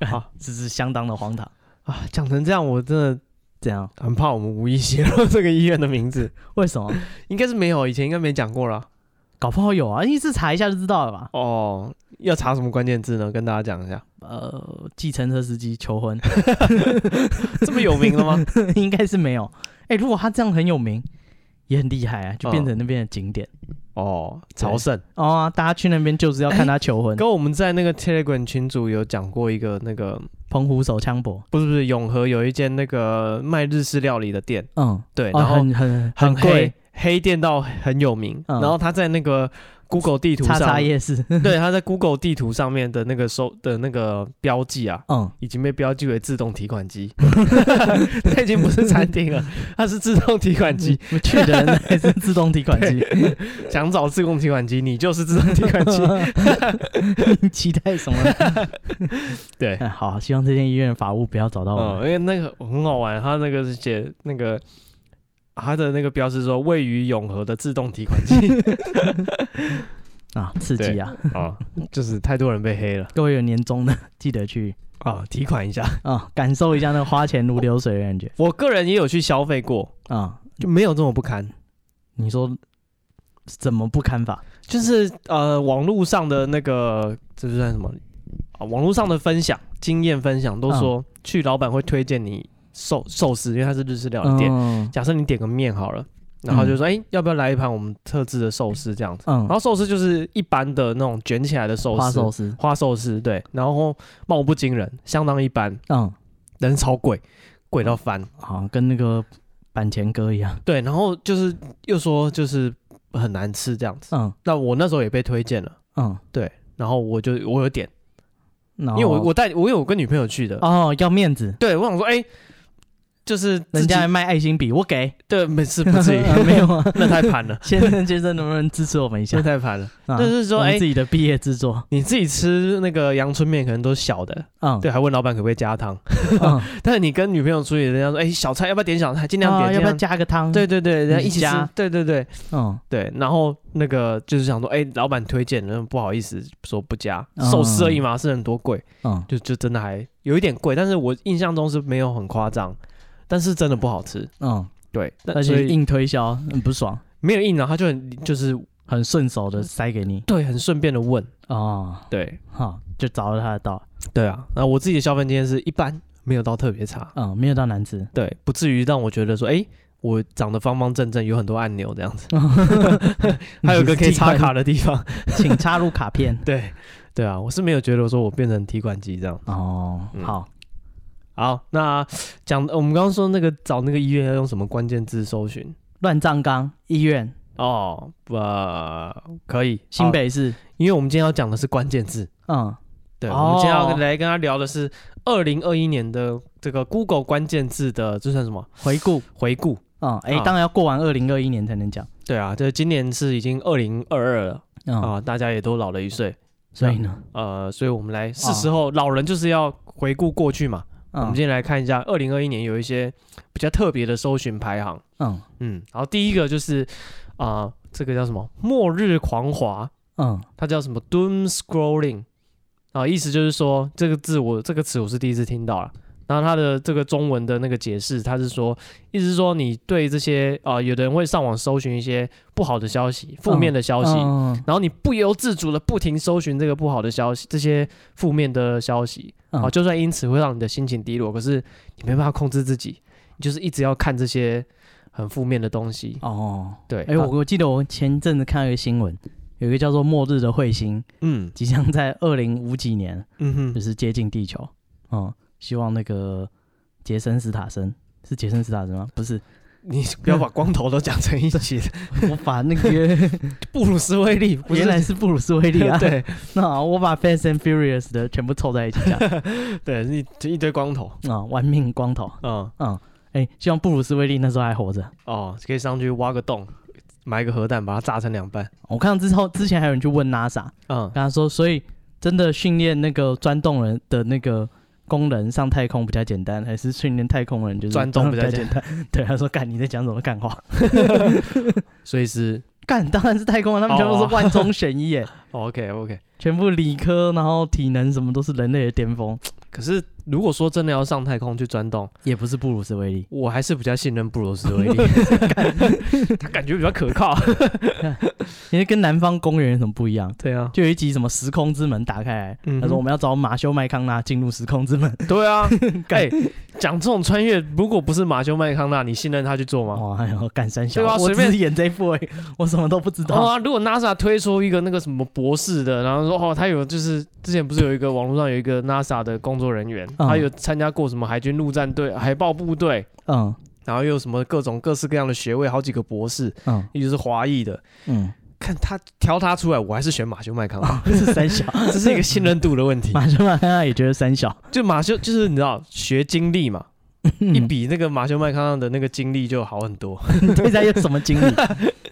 Speaker 2: 好
Speaker 3: 这是相当的荒唐。
Speaker 2: 啊，讲成这样，我真的
Speaker 3: 怎样？
Speaker 2: 很怕我们无意泄露 这个医院的名字。
Speaker 3: 为什么？
Speaker 2: 应该是没有，以前应该没讲过啦。
Speaker 3: 搞不好有啊，一次查一下就知道了吧？
Speaker 2: 哦，要查什么关键字呢？跟大家讲一下，
Speaker 3: 呃，计程车司机求婚
Speaker 2: 这么有名了吗？
Speaker 3: 应该是没有。哎、如果他这样很有名，也很厉害啊，就
Speaker 2: 嗯
Speaker 3: 变成那边的景点。
Speaker 2: 哦，朝圣。
Speaker 3: 哦啊、大家去那边就是要看他求婚。
Speaker 2: 跟我们在那个 Telegram 群组有讲过一个那个，
Speaker 3: 澎湖手枪博，
Speaker 2: 不是不是，永和有一间那个卖日式料理的店，
Speaker 3: 嗯，
Speaker 2: 对，
Speaker 3: 哦，
Speaker 2: 然后
Speaker 3: 很很
Speaker 2: 很
Speaker 3: 贵
Speaker 2: 黑，，黑店到很有名。
Speaker 3: 嗯
Speaker 2: 然后他在那个 Google 地图
Speaker 3: 叉叉
Speaker 2: 上，
Speaker 3: 夜市，
Speaker 2: 对，他在 Google 地图上面的那个收的那个标记啊，
Speaker 3: 嗯，
Speaker 2: 已经被标记为自动提款机，它已经不是餐厅了，它是自动提款机。
Speaker 3: 去的 人还是自动提款机，
Speaker 2: 想找自动提款机，你就是自动提款 机。
Speaker 3: 你期待什么呢？
Speaker 2: 对，
Speaker 3: 哎好，希望这间医院的法务不要找到我
Speaker 2: 嗯，因
Speaker 3: 们。
Speaker 2: 为那个很好玩，他那个是写那个。他的那个标示说位于永和的自动提款机
Speaker 3: 啊，刺激啊！
Speaker 2: 啊，就是太多人被黑了
Speaker 3: 各位有年终的，记得去
Speaker 2: 啊，提款一下。
Speaker 3: 啊，感受一下那个花钱如流水的感觉
Speaker 2: 我个人也有去消费过，
Speaker 3: 啊。
Speaker 2: 就没有这么不堪。
Speaker 3: 你说怎么不堪法？
Speaker 2: 就是呃，网络上的那个这是算什么啊？网络上的分享经验分享都说，去老板会推荐你寿寿司，因为它是日式料理店。
Speaker 3: 嗯
Speaker 2: 假设你点个面好了，然后就说，哎、要不要来一盘我们特制的寿司这样子？然
Speaker 3: 嗯，
Speaker 2: 后寿司就是一般的那种卷起来的寿
Speaker 3: 花
Speaker 2: 司，
Speaker 3: 寿司，
Speaker 2: 花寿司对，然后貌不惊人，相当一般，
Speaker 3: 嗯，
Speaker 2: 人超贵，贵到翻。
Speaker 3: 好，跟那个板前哥一样，
Speaker 2: 对，然后就是又说就是很难吃这样子。
Speaker 3: 嗯
Speaker 2: 那我那时候也被推荐了，
Speaker 3: 嗯，
Speaker 2: 对，然后我就我有点，
Speaker 3: 因
Speaker 2: 因为我我带我有跟女朋友去的，
Speaker 3: 哦要面子，
Speaker 2: 对我想说，哎、就是自
Speaker 3: 人
Speaker 2: 己
Speaker 3: 家还卖爱心笔，我给，，
Speaker 2: 对，没事不至于
Speaker 3: 没有啊，
Speaker 2: 那太盘了，
Speaker 3: 先生先生能不能支持我们一下
Speaker 2: 那？太盘了。
Speaker 3: 啊
Speaker 2: 就是说
Speaker 3: 我们
Speaker 2: 哎
Speaker 3: 自己的毕业制作，
Speaker 2: 你自己吃那个阳春面可能都是小的，
Speaker 3: 嗯，
Speaker 2: 对，还问老板可不可以加汤。
Speaker 3: 嗯，
Speaker 2: 但是你跟女朋友出去，人家说，哎、小菜要不要点小菜？尽量点，
Speaker 3: 啊要
Speaker 2: 尽
Speaker 3: 不要
Speaker 2: 量。
Speaker 3: 加个汤？
Speaker 2: 对，对对，人家
Speaker 3: 你
Speaker 2: 一起吃
Speaker 3: 加，
Speaker 2: 对对对，
Speaker 3: 嗯，
Speaker 2: 对，然后那个就是想说，哎、老板推荐，然后不好意思说不加，
Speaker 3: 嗯
Speaker 2: 寿司而已嘛，是很多贵，
Speaker 3: 嗯，
Speaker 2: 就就真的还有一点贵，但是我印象中是没有很夸张，但是真的不好吃，
Speaker 3: 嗯，
Speaker 2: 对，但
Speaker 3: 而
Speaker 2: 所
Speaker 3: 且
Speaker 2: 以
Speaker 3: 硬推销很不爽，
Speaker 2: 没有硬然后他就很就是
Speaker 3: 很顺手的塞给你，
Speaker 2: 对，很顺便的问，
Speaker 3: 哦，
Speaker 2: 对
Speaker 3: 好，就找到他的道，
Speaker 2: 对啊，那我自己的消费经验是一般，没有到特别差，
Speaker 3: 嗯，没有到难吃，
Speaker 2: 对，不至于让我觉得说，哎、我长得方方正正，有很多按钮这样子， 还有一个可以插卡的地方，
Speaker 3: 请插入卡片。
Speaker 2: 对对啊，我是没有觉得说我变成提款机这样。
Speaker 3: 哦，
Speaker 2: 嗯
Speaker 3: 好，
Speaker 2: 好，那讲我们刚刚说那个找那个医院要用什么关键字搜寻
Speaker 3: 乱葬岗医院，
Speaker 2: 哦，呃，可以，
Speaker 3: 新
Speaker 2: 好，
Speaker 3: 北市，
Speaker 2: 因为我们今天要讲的是关键字，
Speaker 3: 嗯，
Speaker 2: 对，
Speaker 3: 哦
Speaker 2: 我们今天要来跟他聊的是二零二一年的这个 Google 关键字的这算什么
Speaker 3: 回顾，
Speaker 2: 回顾？
Speaker 3: 嗯，哎，
Speaker 2: 啊
Speaker 3: 当然要过完二零二一年才能讲，
Speaker 2: 对啊，这今年是已经二零二二了
Speaker 3: 嗯，
Speaker 2: 啊，大家也都老了一岁，
Speaker 3: 所以呢，
Speaker 2: 呃，所以我们来是
Speaker 3: 哦
Speaker 2: 时候，老人就是要回顾过去嘛。我们
Speaker 3: 嗯
Speaker 2: 今天来看一下二零二一年有一些比较特别的搜寻排行。
Speaker 3: 嗯
Speaker 2: 嗯，然后第一个就是啊、呃这个叫什么“末日狂华
Speaker 3: 嗯”，
Speaker 2: 它叫什么 “doom scrolling” 啊、意思就是说这个字我这个词我是第一次听到了。然后它的这个中文的那个解释，它是说，意思是说你对这些啊、呃有的人会上网搜寻一些不好的消息、负面的消息，
Speaker 3: 嗯
Speaker 2: 然后你不由自主的不停搜寻这个不好的消息、这些负面的消息，
Speaker 3: 嗯
Speaker 2: 啊，就算因此会让你的心情低落，可是你没办法控制自己，你就是一直要看这些很负面的东西。
Speaker 3: 哦，
Speaker 2: 对，啊
Speaker 3: 哎，我我记得我前阵子看到一个新闻，有一个叫做“末日的彗星
Speaker 2: 嗯”，
Speaker 3: 即将在二零五几年，
Speaker 2: 嗯
Speaker 3: 就
Speaker 2: 哼，
Speaker 3: 是接近地球，嗯，希望那个杰森·斯塔森是杰森·斯塔森吗？不 是，
Speaker 2: 你不要把光头都讲成一 起，
Speaker 3: 我把那个
Speaker 2: 布鲁斯威利不是
Speaker 3: 原来是布鲁斯·威 利 啊，
Speaker 2: 对
Speaker 3: 那好我把《Fast and Furious》的全部凑在一起 讲
Speaker 2: 对，一就一堆光头，
Speaker 3: 啊，玩命光头，
Speaker 2: 嗯
Speaker 3: 哎、希望布鲁斯威利那时候还活着。
Speaker 2: 哦，可以上去挖个洞，埋个核弹，把它炸成两半。
Speaker 3: 我看到之后，之前还有人去问 NASA，
Speaker 2: 嗯
Speaker 3: 跟他说，所以真的训练那个钻洞人的那个工人上太空比较简单，还是训练太空人就是
Speaker 2: 钻洞比
Speaker 3: 比
Speaker 2: 较
Speaker 3: 较
Speaker 2: 简
Speaker 3: 简单？ 对，他说干你在讲什么干话？
Speaker 2: 所以是
Speaker 3: 干当然是太空啊人，他们全部
Speaker 2: 哦
Speaker 3: 是万中选一耶，
Speaker 2: OK OK。
Speaker 3: 全部理科，然后体能什么都是人类的巅峰，
Speaker 2: 可是如果说真的要上太空去钻洞，
Speaker 3: 也不是布鲁斯威利。
Speaker 2: 我还是比较信任布鲁斯威利， 他感觉比较可靠。
Speaker 3: 因为跟南方公园有什么不一样？
Speaker 2: 对啊，
Speaker 3: 就有一集什么时空之门打开来，
Speaker 2: 嗯哼
Speaker 3: 他说我们要找马修麦康纳进入时空之门，
Speaker 2: 对 啊，哎，讲这种穿越，如果不是马修麦康纳，你信任他去做吗？
Speaker 3: 哇，还有干三小，
Speaker 2: 对啊
Speaker 3: 我
Speaker 2: 随
Speaker 3: 只
Speaker 2: 便
Speaker 3: 是演这一部而已，我什么都不知
Speaker 2: 哦
Speaker 3: 道。
Speaker 2: 啊，如果 NASA 推出一个那个什么博士的，然后说哦，他有就是之前不是有一个网络上有一个 NASA 的工作人员，
Speaker 3: 嗯
Speaker 2: 他有参加过什么海军陆战队、海豹部队，
Speaker 3: 嗯
Speaker 2: 然后又有什么各种各式各样的学位，好几个博士，
Speaker 3: 嗯
Speaker 2: 也就是华裔的。
Speaker 3: 嗯，
Speaker 2: 看他挑他出来，我还是选马修麦康 纳，
Speaker 3: 是三小，
Speaker 2: 这是一个信任度的问题。
Speaker 3: 马修麦康纳也觉得 三小，
Speaker 2: 就马修就是你知道学经历嘛，
Speaker 3: 嗯
Speaker 2: 一比那个马修麦康纳的那个经历就好很多，
Speaker 3: 对他有什么经历？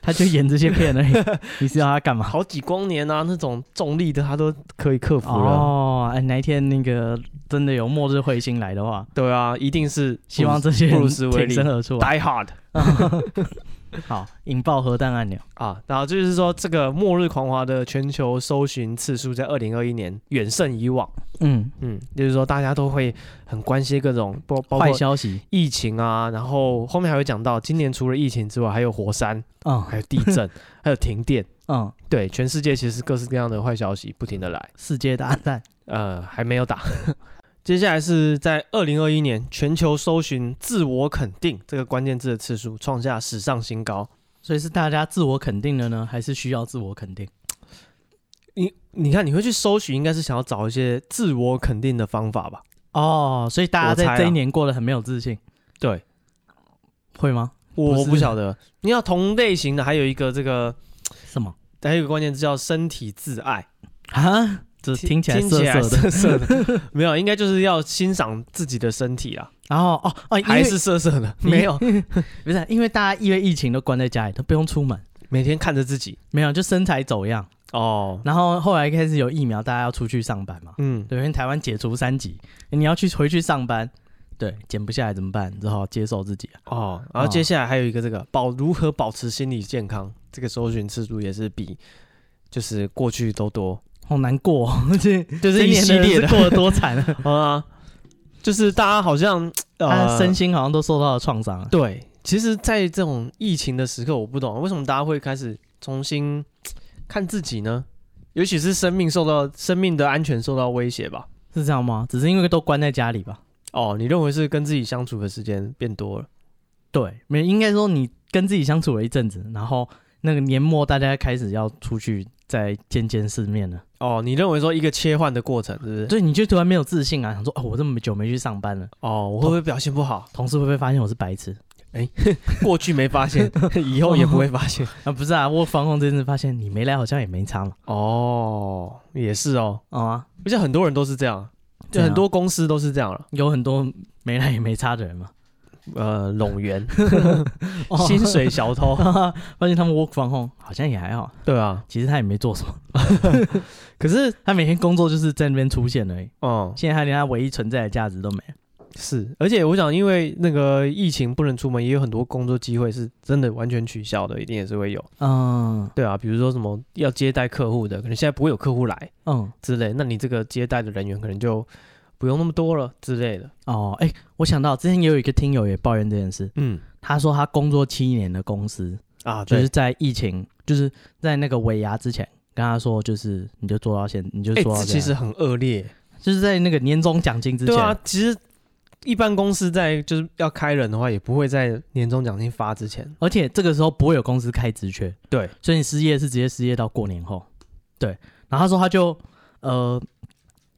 Speaker 3: 他就演这些片而已，你是要他干嘛？
Speaker 2: 好几光年啊，那种重力的他都可以 克服了。
Speaker 3: 哦，哎，哪一天那个真的有末日彗星来的话，
Speaker 2: 对啊，一定是
Speaker 3: 希望这些
Speaker 2: 布
Speaker 3: 人
Speaker 2: 鲁斯威
Speaker 3: 挺
Speaker 2: 利
Speaker 3: 身而出啊。
Speaker 2: die hard。
Speaker 3: 好，引爆核弹按钮。
Speaker 2: 啊，然后就是说，这个《末日狂华》的全球搜寻次数在二零二一年远胜以往。
Speaker 3: 嗯，
Speaker 2: 嗯，就是说大家都会很关心各种包包括
Speaker 3: 坏消息
Speaker 2: 疫情啊，然后后面还会讲到，今年除了疫情之外，还有火山，
Speaker 3: 嗯
Speaker 2: 还有地 震，还有停电。
Speaker 3: 嗯，
Speaker 2: 对，全世界其实各式各样的坏消息不停的来，
Speaker 3: 世界大战。
Speaker 2: 呃，还没有打。 接下来是在二零二一年全球搜寻“自我肯定”这个关键字的次数创下史上新高。
Speaker 3: 所以是大家自我肯定了呢，还是需要自我肯定？
Speaker 2: 你你看，你会去搜寻，应该是想要找一些自我肯定的方法吧？
Speaker 3: 哦，所以大家
Speaker 2: 我猜
Speaker 3: 在
Speaker 2: 啊
Speaker 3: 这一年过得很没有自信，
Speaker 2: 对，
Speaker 3: 会吗？不
Speaker 2: 我
Speaker 3: 是
Speaker 2: 不晓得。你要同类型的，还有一个这个，
Speaker 3: 什么
Speaker 2: 还有一个关键字叫身体自爱，
Speaker 3: 啊？这听起来
Speaker 2: 听起
Speaker 3: 涩
Speaker 2: 来
Speaker 3: 涩的。
Speaker 2: 涩涩的， 没有，应该就是要欣赏自己的身体啦，
Speaker 3: 然后哦哦，因
Speaker 2: 还
Speaker 3: 为
Speaker 2: 是涩涩的，没有，
Speaker 3: 不是因为大家因为疫情都关在家里，都不用出门，
Speaker 2: 每天看着自己
Speaker 3: 没有就身材走样。
Speaker 2: 哦，
Speaker 3: 然后后来开始有疫苗，大家要出去上班嘛。
Speaker 2: 嗯，
Speaker 3: 对，因为台湾解除三级，你要去回去上班，对，减不下来怎么办？只好接受自己啊。
Speaker 2: 哦，然后接下来还有一个这个保如何保持心理健康，这个搜寻次数也是比就是过去都多，
Speaker 3: 好难过、哦， 这
Speaker 2: 就
Speaker 3: 这
Speaker 2: 是一
Speaker 3: 一年
Speaker 2: 系
Speaker 3: 的人
Speaker 2: 列
Speaker 3: 是
Speaker 2: 的
Speaker 3: 过得多惨 啊！
Speaker 2: 啊，就是大家好像
Speaker 3: 他
Speaker 2: 呃
Speaker 3: 身心好像都受到了创伤啊。
Speaker 2: 对，其实，在这种疫情的时刻，我不懂为什么大家会开始重新看自己呢？尤其是生命受到生命的安全受到威胁吧。
Speaker 3: 是这样吗？只是因为都关在家里吧？
Speaker 2: 哦，你认为是跟自己相处的时间变多了？
Speaker 3: 对，没应该说你跟自己相处了一阵子，然后那个年末大家开始要出去再见见世面了，
Speaker 2: 哦，你认为说一个切换的过程，是不是？
Speaker 3: 对，你就突然没有自信啊，想说哦，我这么久没去上班了，
Speaker 2: 哦，我会不会表现不好？
Speaker 3: 同事会不会发现我是白痴
Speaker 2: 过去没发 现，以后也不会发现。
Speaker 3: 啊？不是啊，我防控这次发现你没来好像也没差嘛，
Speaker 2: 哦，也是哦，
Speaker 3: 哦啊，
Speaker 2: 而且很多人都是这样，
Speaker 3: 这
Speaker 2: 就
Speaker 3: 样
Speaker 2: 很多公司都是这样了。
Speaker 3: 有很多没来也没差的人嘛，
Speaker 2: 呃，拢员、
Speaker 3: 哦
Speaker 2: 薪水小 偷，
Speaker 3: 发现他们 work from home 好像也还好，
Speaker 2: 对啊。
Speaker 3: 其实他也没做什 么，
Speaker 2: 可是，
Speaker 3: 他每天工作就是在那边出现而已，
Speaker 2: 嗯，
Speaker 3: 现在他连他唯一存在的价值都没了，
Speaker 2: 是，而且我想，因为那个疫情不能出门，也有很多工作机会是真的完全取消的，一定也是会有。
Speaker 3: 嗯
Speaker 2: 对啊，比如说什么要接待客户的，可能现在不会有客户来
Speaker 3: 嗯。
Speaker 2: 之类，那你这个接待的人员可能就不用那么多了之类的。
Speaker 3: 哦，哎、我想到之前也有一个听友也抱怨这件事，
Speaker 2: 嗯，
Speaker 3: 他说他工作七年的公司，
Speaker 2: 啊，就
Speaker 3: 就是
Speaker 2: 是
Speaker 3: 在疫情，就是在那个尾牙之前，跟他说就是你就做到现，你就
Speaker 2: 哎、
Speaker 3: 做到
Speaker 2: 这
Speaker 3: 现在、
Speaker 2: 其实很恶劣。
Speaker 3: 就是在那个年终奖金之前，
Speaker 2: 对啊，其实一般公司在就是要开人的话，也不会在年终奖金发之前。
Speaker 3: 而且这个时候不会有公司开职缺，
Speaker 2: 对，
Speaker 3: 所以你失业是直接失业到过年后，对。然后他说他就呃，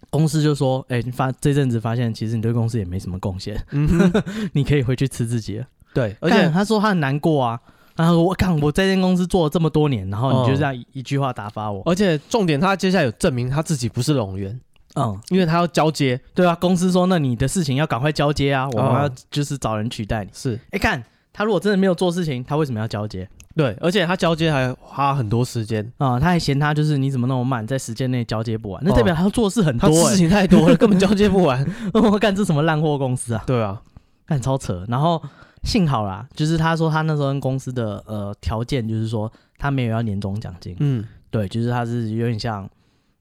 Speaker 3: 公司就说，哎、你发这阵子发现其实你对公司也没什么贡献，
Speaker 2: 嗯哼，
Speaker 3: 你可以回去吃自己了。
Speaker 2: 对，而
Speaker 3: 干
Speaker 2: 且
Speaker 3: 他说他很难过啊，然后他说我干我在这间公司做了这么多年，然后你就
Speaker 2: 哦
Speaker 3: 这样一,、句话打发我，
Speaker 2: 而且重点，他接下来有证明他自己不是龙源，
Speaker 3: 嗯，
Speaker 2: 因为他要交接。
Speaker 3: 对啊，公司说那你的事情要赶快交接啊，我们
Speaker 2: 哦
Speaker 3: 要就是找人取代你。
Speaker 2: 是
Speaker 3: 哎、看他如果真的没有做事情，他为什么要交接
Speaker 2: 对，而且他交接还花很多时间，
Speaker 3: 啊、他还嫌他就是你怎么那么慢，在时间内交接不完，那代表他做事很
Speaker 2: 哦他
Speaker 3: 多、
Speaker 2: 事
Speaker 3: 欸。
Speaker 2: 情太 多了，根本交接不完。
Speaker 3: 我干这什么烂货公司啊，
Speaker 2: 对啊，
Speaker 3: 干超扯。然后幸好啦，就是他说他那时候跟公司的呃条件就是说他没有要年终奖金，
Speaker 2: 嗯，
Speaker 3: 对，就是它是有点像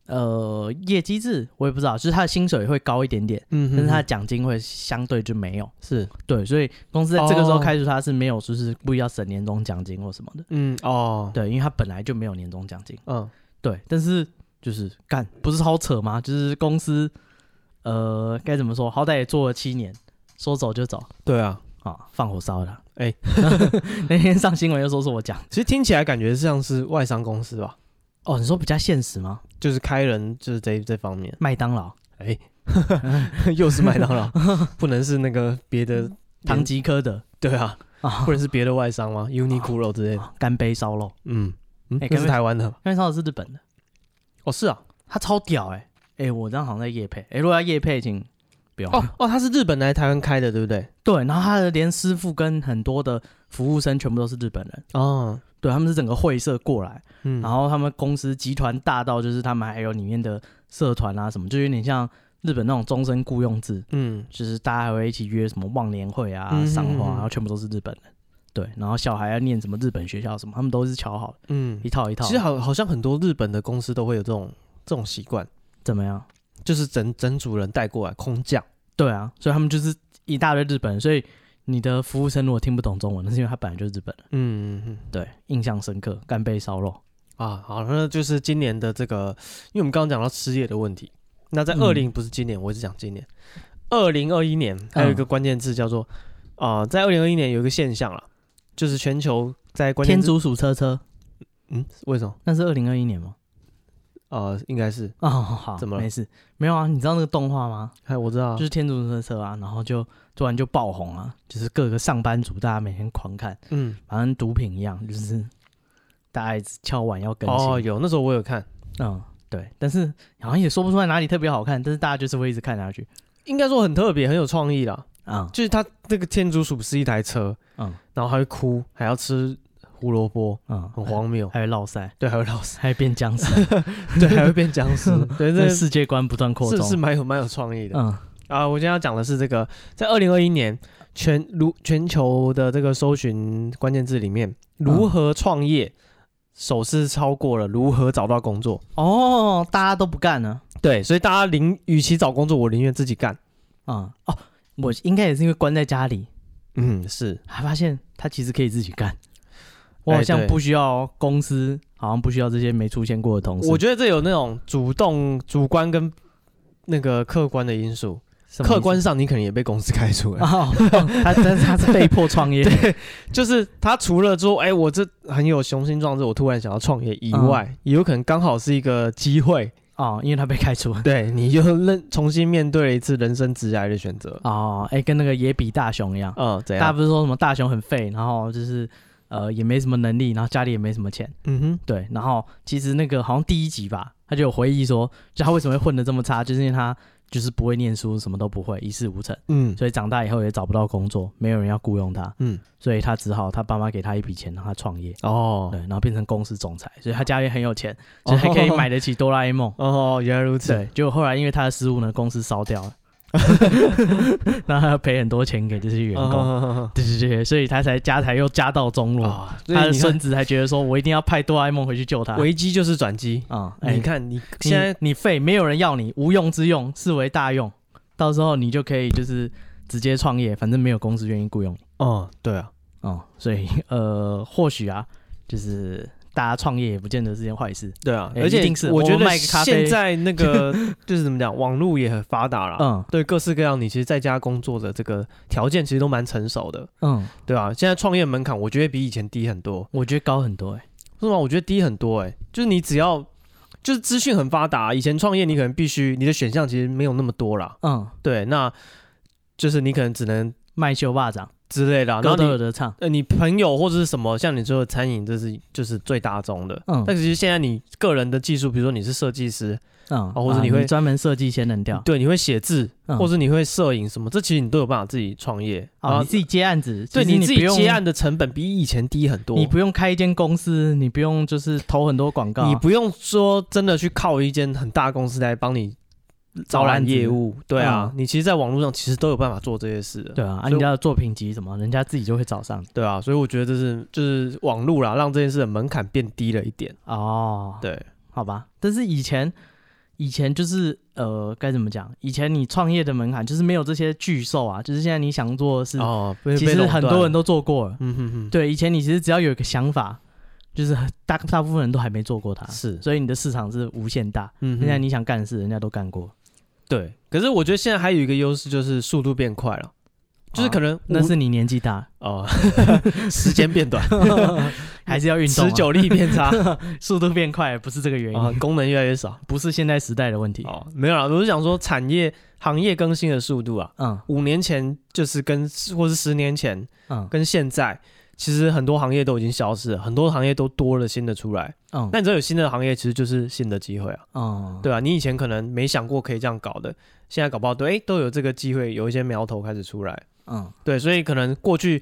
Speaker 3: 呃业绩制，我也不知道，就是它的薪水会高一点点，
Speaker 2: 嗯
Speaker 3: 但是它的奖金会相对就没有。
Speaker 2: 是，
Speaker 3: 对，所以公司在这个时候
Speaker 2: 哦
Speaker 3: 开除他是没有，就是故意要省年终奖金或什么的。
Speaker 2: 嗯，哦，
Speaker 3: 对，因为他本来就没有年终奖金。
Speaker 2: 嗯，
Speaker 3: 对，但是就是干不是超扯吗？就是公司呃该怎么说，好歹也做了七年，说走就走
Speaker 2: 对啊，
Speaker 3: 啊，放火烧了。
Speaker 2: 哎
Speaker 3: 那天上新闻又说是我讲
Speaker 2: 其实听起来感觉像是外商公司吧，
Speaker 3: 哦，你说比较现实吗？
Speaker 2: 就是开人就是这这方面，
Speaker 3: 麦当劳、
Speaker 2: 哎， 又是麦当 劳，不能是那个别的
Speaker 3: 唐，吉诃德
Speaker 2: 对啊，
Speaker 3: 啊
Speaker 2: 不，能是别的外商吗？Uniqlo 之类的，
Speaker 3: 啊干杯烧肉，
Speaker 2: 嗯，嗯那
Speaker 3: 哎，可
Speaker 2: 是
Speaker 3: 不可以
Speaker 2: 台湾的吧，
Speaker 3: 因为烧的是日本的，
Speaker 2: 哦，是啊，
Speaker 3: 它超屌哎、欸、哎、我这样好像在夜配哎、如果要夜配请不用、
Speaker 2: 哦哦，他是日本来台湾开的，对不对？
Speaker 3: 对，然后他的连师傅跟很多的服务生全部都是日本人，
Speaker 2: 哦，
Speaker 3: 对，他们是整个会社过来，
Speaker 2: 嗯
Speaker 3: 然，后他们公司集团大到就是他们还有里面的社团啊什么，就有点像日本那种终身雇佣制，
Speaker 2: 嗯，
Speaker 3: 就是大家还会一起约什么忘年会啊、
Speaker 2: 嗯
Speaker 3: 赏花、
Speaker 2: 嗯嗯
Speaker 3: 然后全部都是日本人，对，然后小孩要念什么日本学校什么，他们都是瞧好
Speaker 2: 嗯
Speaker 3: 一，套一套的。
Speaker 2: 其实好好像很多日本的公司都会有这种这种习惯，
Speaker 3: 怎么样？
Speaker 2: 就是整整组人带过来空降。
Speaker 3: 对啊，所以他们就是一大堆日本人，所以你的服务生如果听不懂中文，那是因为他本来就是日本人。
Speaker 2: 嗯嗯嗯。
Speaker 3: 对，印象深刻，干杯烧肉。
Speaker 2: 啊，好，那就是今年的这个，因为我们刚刚讲到失业的问题，那在
Speaker 3: 嗯嗯
Speaker 2: 二零、不是今年，我是讲今年，二零二一年还有一个关键字叫做啊、在二零二一年有一个现象了，就是全球在关键
Speaker 3: 天
Speaker 2: 字
Speaker 3: 竺鼠车车，
Speaker 2: 嗯为什么
Speaker 3: 那是二零二一年吗？
Speaker 2: 呃应该是
Speaker 3: 哦，好，
Speaker 2: 怎么了
Speaker 3: 没事，没有啊。你知道那个动画吗？
Speaker 2: 哎我知道啊，
Speaker 3: 就是天竺鼠车车啊，然后就突然就爆红啊，就是各个上班族大家每天狂看，
Speaker 2: 嗯
Speaker 3: 反正毒品一样，就是大家一直敲碗要更新。
Speaker 2: 哦有那时候我有看，
Speaker 3: 嗯，对，但是好像也说不出来哪里特别好看，但是大家就是会一直看下去。
Speaker 2: 应该说很特别，很有创意啦，
Speaker 3: 啊、
Speaker 2: 就是它那个天竺鼠是一台车，
Speaker 3: 嗯
Speaker 2: 然后还会哭，还要吃胡萝卜，
Speaker 3: 嗯，
Speaker 2: 很，荒谬，
Speaker 3: 还有落腮，
Speaker 2: 对，还会老师，
Speaker 3: 还有变僵尸，
Speaker 2: 对，还会变僵 尸，对，这
Speaker 3: 这世界观不断扩
Speaker 2: 是
Speaker 3: 充。
Speaker 2: 是蛮有蛮有创意的。
Speaker 3: 嗯
Speaker 2: 啊，我今天要讲的是这个，在二零二一年全如全球的这个搜寻关键字里面，如何创业首次超过了如何找到工作。
Speaker 3: 哦，大家都不干了。
Speaker 2: 对，所以大家宁与其找工作，我宁愿自己干。
Speaker 3: 嗯哦，我应该也是因为关在家里，
Speaker 2: 嗯，是
Speaker 3: 还发现他其实可以自己干。我好
Speaker 2: 哎
Speaker 3: 像
Speaker 2: 对
Speaker 3: 不需要公司，好像不需要这些没出现过的同事。
Speaker 2: 我觉得这有那种主动、主观跟那个客观的因素。
Speaker 3: 什么意思
Speaker 2: 客观上，你可能也被公司开除了。
Speaker 3: 哦， 哦他但是他是被迫创业。
Speaker 2: 就是他除了说，哎、我这很有雄心壮志，我突然想要创业以外，也有可能刚好是一个机会，
Speaker 3: 哦，因为他被开除。
Speaker 2: 对，你就认重新面对了一次人生职涯的选 择。
Speaker 3: 哦，哎、跟那个野比大雄一哦样，
Speaker 2: 嗯，怎
Speaker 3: 大家
Speaker 2: 样？
Speaker 3: 不是说什么大雄很废，然后就是呃也没什么能力，然后家里也没什么钱，
Speaker 2: 嗯哼，
Speaker 3: 对，然后其实那个好像第一集吧，他就有回忆说，就他为什么会混得这么差，就是因为他就是不会念书，什么都不会，一事无成，
Speaker 2: 嗯
Speaker 3: 所以长大以后也找不到工作，没有人要雇佣他，
Speaker 2: 嗯，
Speaker 3: 所以他只好他爸妈给他一笔钱让他创业，
Speaker 2: 哦
Speaker 3: 对，然后变成公司总裁，所以他家里很有钱，所以还可以买得起哆啦 A 梦。
Speaker 2: 哦，原来如此。
Speaker 3: 对，结果后来因为他的失误呢，公司烧掉 了，然后他要赔很多钱给这些员
Speaker 2: 哦
Speaker 3: 工，
Speaker 2: 哦
Speaker 3: 对对对，所以他才家财又家道中
Speaker 2: 哦
Speaker 3: 落，
Speaker 2: 哦所
Speaker 3: 他
Speaker 2: 以
Speaker 3: 的
Speaker 2: 你看
Speaker 3: 孙子还觉得说我一定要派哆啦 A 梦回去救他。
Speaker 2: 危机就是转机。
Speaker 3: 啊、哎
Speaker 2: 你看，你
Speaker 3: 你
Speaker 2: 现在
Speaker 3: 你废，没有人要你，无用之用，视为大用。到时候你就可以就是直接创业，反正没有公司愿意雇佣你。
Speaker 2: 哦，对啊，
Speaker 3: 哦、所以 呃，或许啊，就是大家创业也不见得是件坏事。
Speaker 2: 对啊，
Speaker 3: 哎
Speaker 2: 而
Speaker 3: 一
Speaker 2: 且
Speaker 3: 定是
Speaker 2: 我觉
Speaker 3: 我们
Speaker 2: 得
Speaker 3: 卖个咖啡
Speaker 2: 现在那 个就是怎么讲，网络也很发达了。
Speaker 3: 嗯
Speaker 2: 对各式各样，你其实在家工作的这个条件其实都蛮成熟的，
Speaker 3: 嗯，
Speaker 2: 对啊，现在创业门槛我觉得比以前低很多。
Speaker 3: 我觉得高很多哎、
Speaker 2: 是吗？我觉得低很多哎、就是你只要就是资讯很发达，以前创业你可能必须你的选项其实没有那么多啦，
Speaker 3: 嗯，
Speaker 2: 对，那就是你可能只能
Speaker 3: 麦修霸掌，
Speaker 2: 之类的啊，然
Speaker 3: 歌
Speaker 2: 后
Speaker 3: 都有
Speaker 2: 你
Speaker 3: 得唱。
Speaker 2: 呃你朋友或者是什么，像你说的餐饮，这是就是最大宗的。
Speaker 3: 嗯
Speaker 2: 但其实现在你个人的技术，比如说你是设计师，
Speaker 3: 嗯，
Speaker 2: 哦或者
Speaker 3: 啊
Speaker 2: 你会
Speaker 3: 专门设计仙人跳，
Speaker 2: 对，你会写字，
Speaker 3: 嗯
Speaker 2: 或者你会摄影什么，这其实你都有办法自己创业。
Speaker 3: 啊，你自己接案子，
Speaker 2: 对
Speaker 3: 其实
Speaker 2: 你自己
Speaker 3: 不用
Speaker 2: 接案，的成本比以前低很多，
Speaker 3: 你不用开一间公司，你不用就是投很多广告，啊
Speaker 2: 你不用说真的去靠一间很大公司来帮你招揽业务，对啊，
Speaker 3: 嗯
Speaker 2: 你其实，在网络上其实都有办法做这些事的，
Speaker 3: 对啊，啊
Speaker 2: 所以
Speaker 3: 人家的作品集什么，人家自己就会找上你。
Speaker 2: 对啊，所以我觉得这是就是网络啦，让这件事的门槛变低了一点，
Speaker 3: 哦，
Speaker 2: 对，
Speaker 3: 好吧，但是以前以前就是呃，该怎么讲？以前你创业的门槛就是没有这些巨兽啊，就是现在你想做的事，
Speaker 2: 哦，被
Speaker 3: 其实很多人，
Speaker 2: 被垄断
Speaker 3: 都做过了。
Speaker 2: 嗯哼哼，
Speaker 3: 对，以前你其实只要有一个想法，就是很大大部分人都还没做过它，
Speaker 2: 是，
Speaker 3: 所以你的市场是无限大。
Speaker 2: 嗯哼，
Speaker 3: 现在你想干的事，人家都干过，
Speaker 2: 对，可是我觉得现在还有一个优势就是速度变快了，就是可能
Speaker 3: 哦那
Speaker 2: 五
Speaker 3: 是你年纪大，
Speaker 2: 哦， 时间变短，
Speaker 3: 还是要 运动啊、
Speaker 2: 持久力变差，
Speaker 3: 速度变快，不是这个原因，
Speaker 2: 啊，功能越来越少，
Speaker 3: 不是现在时代的问题。
Speaker 2: 哦，没有啦，我是想说产业行业更新的速度啊。
Speaker 3: 嗯
Speaker 2: 五年前就是跟或是十年前
Speaker 3: 嗯
Speaker 2: 跟现在，其实很多行业都已经消失了，很多行业都多了新的出来。
Speaker 3: 嗯，
Speaker 2: 那你知道有新的行业，其实就是新的机会啊，
Speaker 3: 嗯
Speaker 2: 对啊，你以前可能没想过可以这样搞的，现在搞不好对，哎，都有这个机会，有一些苗头开始出来。
Speaker 3: 嗯
Speaker 2: 对，所以可能过去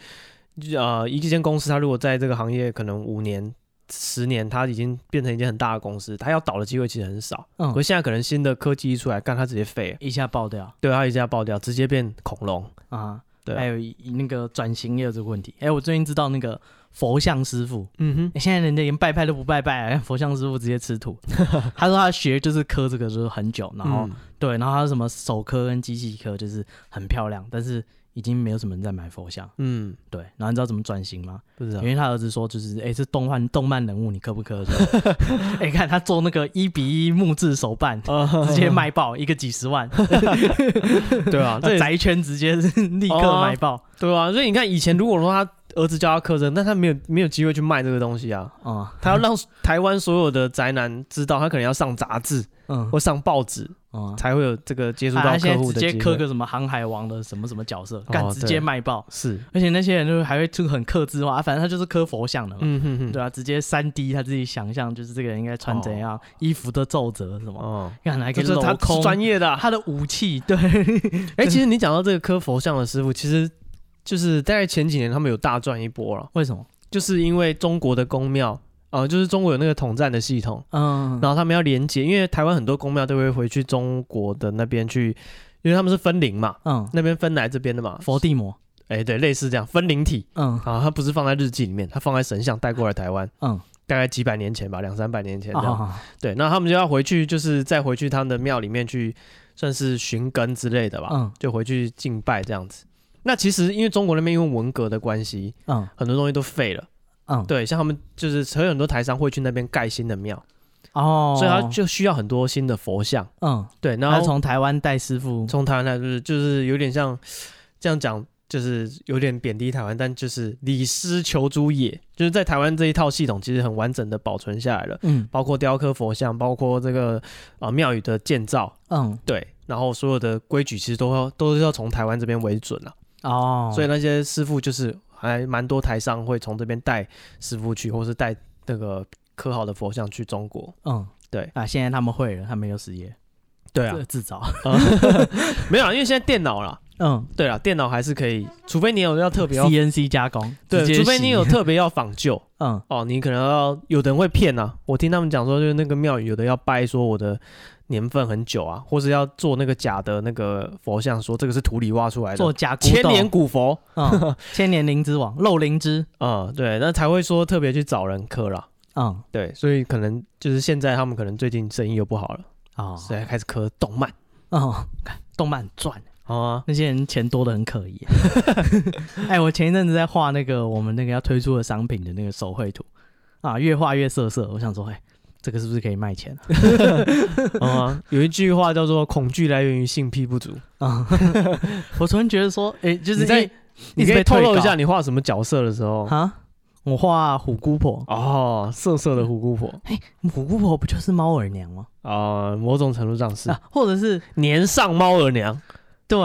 Speaker 2: 呃一间公司，它如果在这个行业可能五年、十年，它已经变成一间很大的公司，它要倒的机会其实很少。可
Speaker 3: 嗯，
Speaker 2: 是现在可能新的科技一出来，干它直接废了，
Speaker 3: 一下爆掉
Speaker 2: 对，它一下爆掉，直接变恐龙。
Speaker 3: 啊！
Speaker 2: 对啊
Speaker 3: 还有以那个转型也有这个问题。哎、我最近知道那个佛像师傅，
Speaker 2: 嗯哼，
Speaker 3: 欸现在人家连拜拜都不拜拜，啊 佛像师傅直接吃 土。他说他学就是磕这个就是很久，然后、
Speaker 2: 嗯
Speaker 3: 对，然后他什么手磕跟机器磕就是很漂亮，但是已经没有什么人在买佛像。
Speaker 2: 嗯，
Speaker 3: 对，然后你知道怎么转型吗？
Speaker 2: 不知道
Speaker 3: 因，为他儿子说就是哎、欸是动漫动漫人物，你磕不磕？ 哎、欸看他做那个一比一木质手办。
Speaker 2: 呃
Speaker 3: 直接卖爆一个几十 万，
Speaker 2: 对 啊，这也
Speaker 3: 宅圈直接是 立
Speaker 2: 哦
Speaker 3: 刻买爆
Speaker 2: 对啊，所以你看以前如果说他儿子教他课程，但他没有没有机会去卖这个东西啊，
Speaker 3: 啊！
Speaker 2: 他要让台湾所有的宅男知道，他可能要上杂志
Speaker 3: 嗯
Speaker 2: 或上报纸
Speaker 3: 嗯，
Speaker 2: 才会有这个接触
Speaker 3: 他
Speaker 2: 到
Speaker 3: 现
Speaker 2: 客
Speaker 3: 在
Speaker 2: 户的
Speaker 3: 直接
Speaker 2: 机
Speaker 3: 磕
Speaker 2: 会。
Speaker 3: 个什么航海王的什么什么角色，干
Speaker 2: 哦
Speaker 3: 直接
Speaker 2: 对
Speaker 3: 卖爆。
Speaker 2: 是，
Speaker 3: 而且那些人就是还会就很克制化，啊反正他就是磕佛像的嘛，
Speaker 2: 嗯哼哼，
Speaker 3: 对啊，直接三 D 他自己想象就是这个人应该穿怎样，衣服的皱褶什么，
Speaker 2: 哦，
Speaker 3: 看来
Speaker 2: 这
Speaker 3: 可以
Speaker 2: 就是他
Speaker 3: 镂空
Speaker 2: 专业 的啊。
Speaker 3: 他的武器，对，
Speaker 2: 哎，其实你讲到这个磕佛像的师傅，其实就是在前几年他们有大赚一波了，
Speaker 3: 为什么？
Speaker 2: 就是因为中国的公庙啊、呃就是中国有那个统战的系统。
Speaker 3: 嗯，
Speaker 2: 然后他们要连接，因为台湾很多公庙都会回去中国的那边去，因为他们是分灵嘛，
Speaker 3: 嗯，
Speaker 2: 那边分来这边的嘛。
Speaker 3: 佛地魔，
Speaker 2: 哎，对，类似这样分灵体
Speaker 3: 嗯
Speaker 2: 啊，它不是放在日记里面，它放在神像带过来台湾，
Speaker 3: 嗯，
Speaker 2: 大概几百年前吧，两三百年前这样。
Speaker 3: 啊，
Speaker 2: 对，那他们就要回去，就是再回去他们的庙里面去，算是寻根之类的吧，
Speaker 3: 嗯
Speaker 2: 就回去敬拜这样子。那其实因为中国那边因为文革的关系，
Speaker 3: 嗯
Speaker 2: 很多东西都废了。
Speaker 3: 嗯，
Speaker 2: 对，像他们就是有很多台商会去那边盖新的庙，
Speaker 3: 哦，
Speaker 2: 所以他就需要很多新的佛像。
Speaker 3: 嗯，
Speaker 2: 对，然
Speaker 3: 他
Speaker 2: 后
Speaker 3: 从台湾带师傅，
Speaker 2: 从台湾来，就是就是有点像这样讲，就是有点贬低台湾，但就是李师求诸也，就是在台湾这一套系统其实很完整的保存下来了，
Speaker 3: 嗯
Speaker 2: 包括雕刻佛像，包括这个啊庙宇的建造，
Speaker 3: 嗯，
Speaker 2: 对，然后所有的规矩其实都要都是要从台湾这边为准了、
Speaker 3: 哦，
Speaker 2: 所以那些师傅就是还蛮多台商会从这边带师傅去，或是带那个刻好的佛像去中国。
Speaker 3: 嗯，
Speaker 2: 对
Speaker 3: 啊，现在他们会了，他们有失业，
Speaker 2: 对
Speaker 3: 自自 找，
Speaker 2: 啊没有啦，因为现在电脑啦，
Speaker 3: 嗯
Speaker 2: 对啦，电脑还是可以，除非你有要特别要
Speaker 3: ，CNC 加工，
Speaker 2: 对
Speaker 3: 直，接
Speaker 2: 除非
Speaker 3: 洗
Speaker 2: 你有，特别要仿旧
Speaker 3: 嗯
Speaker 2: 哦，你可能要有的人会骗啊。我听他们讲说，就是那个庙宇有的要掰说我的年份很久啊，或是要做那个假的那个佛像，说这个是土里挖出来
Speaker 3: 做
Speaker 2: 的
Speaker 3: 假古
Speaker 2: 千
Speaker 3: 董
Speaker 2: 年古佛
Speaker 3: 嗯，千年灵之王，肉灵芝，
Speaker 2: 啊、嗯，对，那才会说特别去找人磕啦。
Speaker 3: 嗯，
Speaker 2: 对，所以可能就是现在他们可能最近生意又不好了，
Speaker 3: 哦，
Speaker 2: 所以开始磕动漫
Speaker 3: 哦，看动漫赚，
Speaker 2: 好啊，
Speaker 3: 那些人钱多的很可 疑。 哎，我前一阵子在画那个我们那个要推出的商品的那个手绘图啊，越画越色色，我想说，哎，这个是不是可以卖钱啊？
Speaker 2: 好啊，有一句话叫做“恐惧来源于性癖不足
Speaker 3: 嗯 我突然觉得说，哎，就”，是
Speaker 2: 你在
Speaker 3: 一
Speaker 2: 你
Speaker 3: 一直
Speaker 2: 可以
Speaker 3: 被
Speaker 2: 透
Speaker 3: 退
Speaker 2: 露一
Speaker 3: 稿
Speaker 2: 下你画什么角色的时候。
Speaker 3: 啊，我画虎姑婆，
Speaker 2: 哦，色色的虎姑婆
Speaker 3: 虎姑婆不就是猫耳娘吗？
Speaker 2: 啊、某种程度上是、
Speaker 3: 啊，或者是
Speaker 2: 年上猫儿娘。
Speaker 3: 对，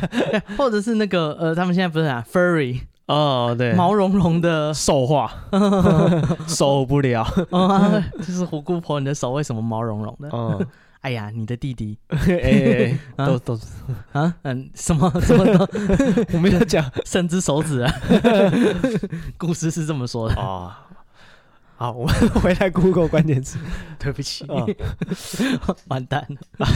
Speaker 3: 或者是那个呃，他们现在不是啊，furry
Speaker 2: 哦，对，嗯
Speaker 3: 毛茸茸的
Speaker 2: 兽化 受不了。
Speaker 3: 啊，就是胡姑婆，你的手为什么毛茸茸的？
Speaker 2: 嗯，
Speaker 3: 哎呀，你的弟弟
Speaker 2: 哎哎哎，
Speaker 3: 啊
Speaker 2: 都都，
Speaker 3: 啊，嗯，什么什么 的，
Speaker 2: 我没有 讲
Speaker 3: 伸只手指啊。 故事是这么说的，
Speaker 2: 啊。好，我们 回来 Google 关键词。
Speaker 3: 对不起，
Speaker 2: 啊
Speaker 3: 完蛋了。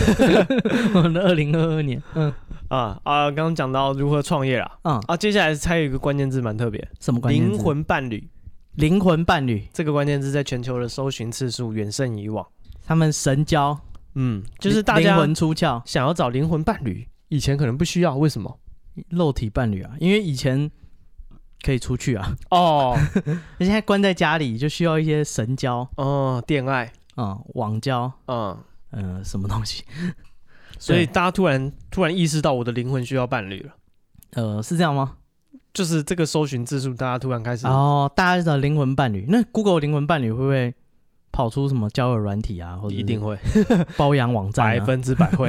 Speaker 3: 我们的二零二二年，嗯
Speaker 2: 啊啊，刚刚讲到如何创业啦。
Speaker 3: 嗯，
Speaker 2: 啊，接下来还有一个关键字蛮特别，
Speaker 3: 什么关键字
Speaker 2: 灵魂伴侣。
Speaker 3: 灵魂伴侣，
Speaker 2: 这个关键字在全球的搜寻次数远胜以往。
Speaker 3: 他们神交，
Speaker 2: 嗯，就是大家
Speaker 3: 灵魂出窍，
Speaker 2: 想要找灵魂伴侣，以前可能不需要，为什么？
Speaker 3: 肉体伴侣啊，因为以前可以出去啊，
Speaker 2: 哦
Speaker 3: 那现在关在家里就需要一些神交
Speaker 2: 哦，恋爱，
Speaker 3: 啊、网交，
Speaker 2: 嗯，
Speaker 3: 嗯、什么东西。
Speaker 2: 所以
Speaker 3: 对
Speaker 2: 大家突然突然意识到我的灵魂需要伴侣了，
Speaker 3: 呃，是这样吗？
Speaker 2: 就是这个搜寻字数，大家突然开始，
Speaker 3: 然后大家的灵魂伴侣，那 Google 灵魂伴侣会不会跑出什么交友软体啊，或者
Speaker 2: 一定
Speaker 3: 是
Speaker 2: 会
Speaker 3: 包养网站、
Speaker 2: 百
Speaker 3: 啊
Speaker 2: 分之百会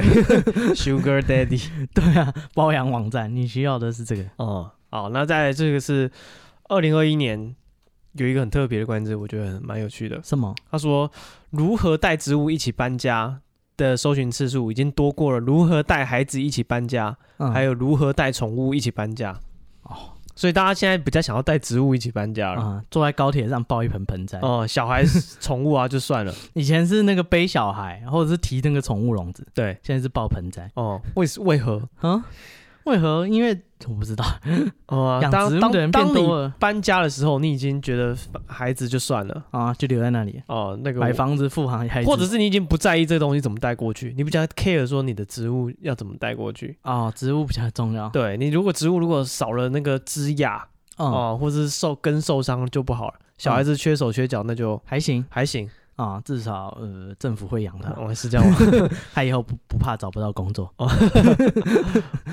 Speaker 2: ，Sugar Daddy，
Speaker 3: 对啊，包养网站，你需要的是这个
Speaker 2: 哦、好，那在这个是二零二一年有一个很特别的关键字，我觉得很蛮有趣的。
Speaker 3: 什么？
Speaker 2: 他说如何带植物一起搬家的搜寻次数已经多过了如何带孩子一起搬家，
Speaker 3: 嗯，
Speaker 2: 还有如何带宠物一起搬家。
Speaker 3: 哦
Speaker 2: 所以大家现在比较想要带植物一起搬家了。
Speaker 3: 啊、坐在高铁上抱一盆盆栽。
Speaker 2: 哦、小孩 宠物啊就算了，
Speaker 3: 以前是那个背小孩，或者是提那个宠物笼子，
Speaker 2: 对，
Speaker 3: 现在是抱盆栽。
Speaker 2: 哦、为为为何？
Speaker 3: 嗯，为何？因为我不知道，
Speaker 2: 哦、啊，
Speaker 3: 养植
Speaker 2: 当
Speaker 3: 物
Speaker 2: 当
Speaker 3: 的人变
Speaker 2: 当
Speaker 3: 多
Speaker 2: 你
Speaker 3: 了
Speaker 2: 搬家的时候，你已经觉得孩子就算了
Speaker 3: 啊，就留在那里，
Speaker 2: 哦、那个
Speaker 3: 买
Speaker 2: 我
Speaker 3: 房子、付房还
Speaker 2: 或者是你已经不在意这东西怎么带过去，你比较 care 说你的植物要怎么带过去。
Speaker 3: 哦，植物比较重要。
Speaker 2: 对你，如果植物如果少了那个枝桠
Speaker 3: 哦，
Speaker 2: 哦、或是受根受伤就不好了。小
Speaker 3: 嗯
Speaker 2: 孩子缺手缺脚，那就
Speaker 3: 还行
Speaker 2: 还行，
Speaker 3: 啊，至少呃，政府会养它，
Speaker 2: 哦、是这 样吗？
Speaker 3: 它以后不不怕找不到工作，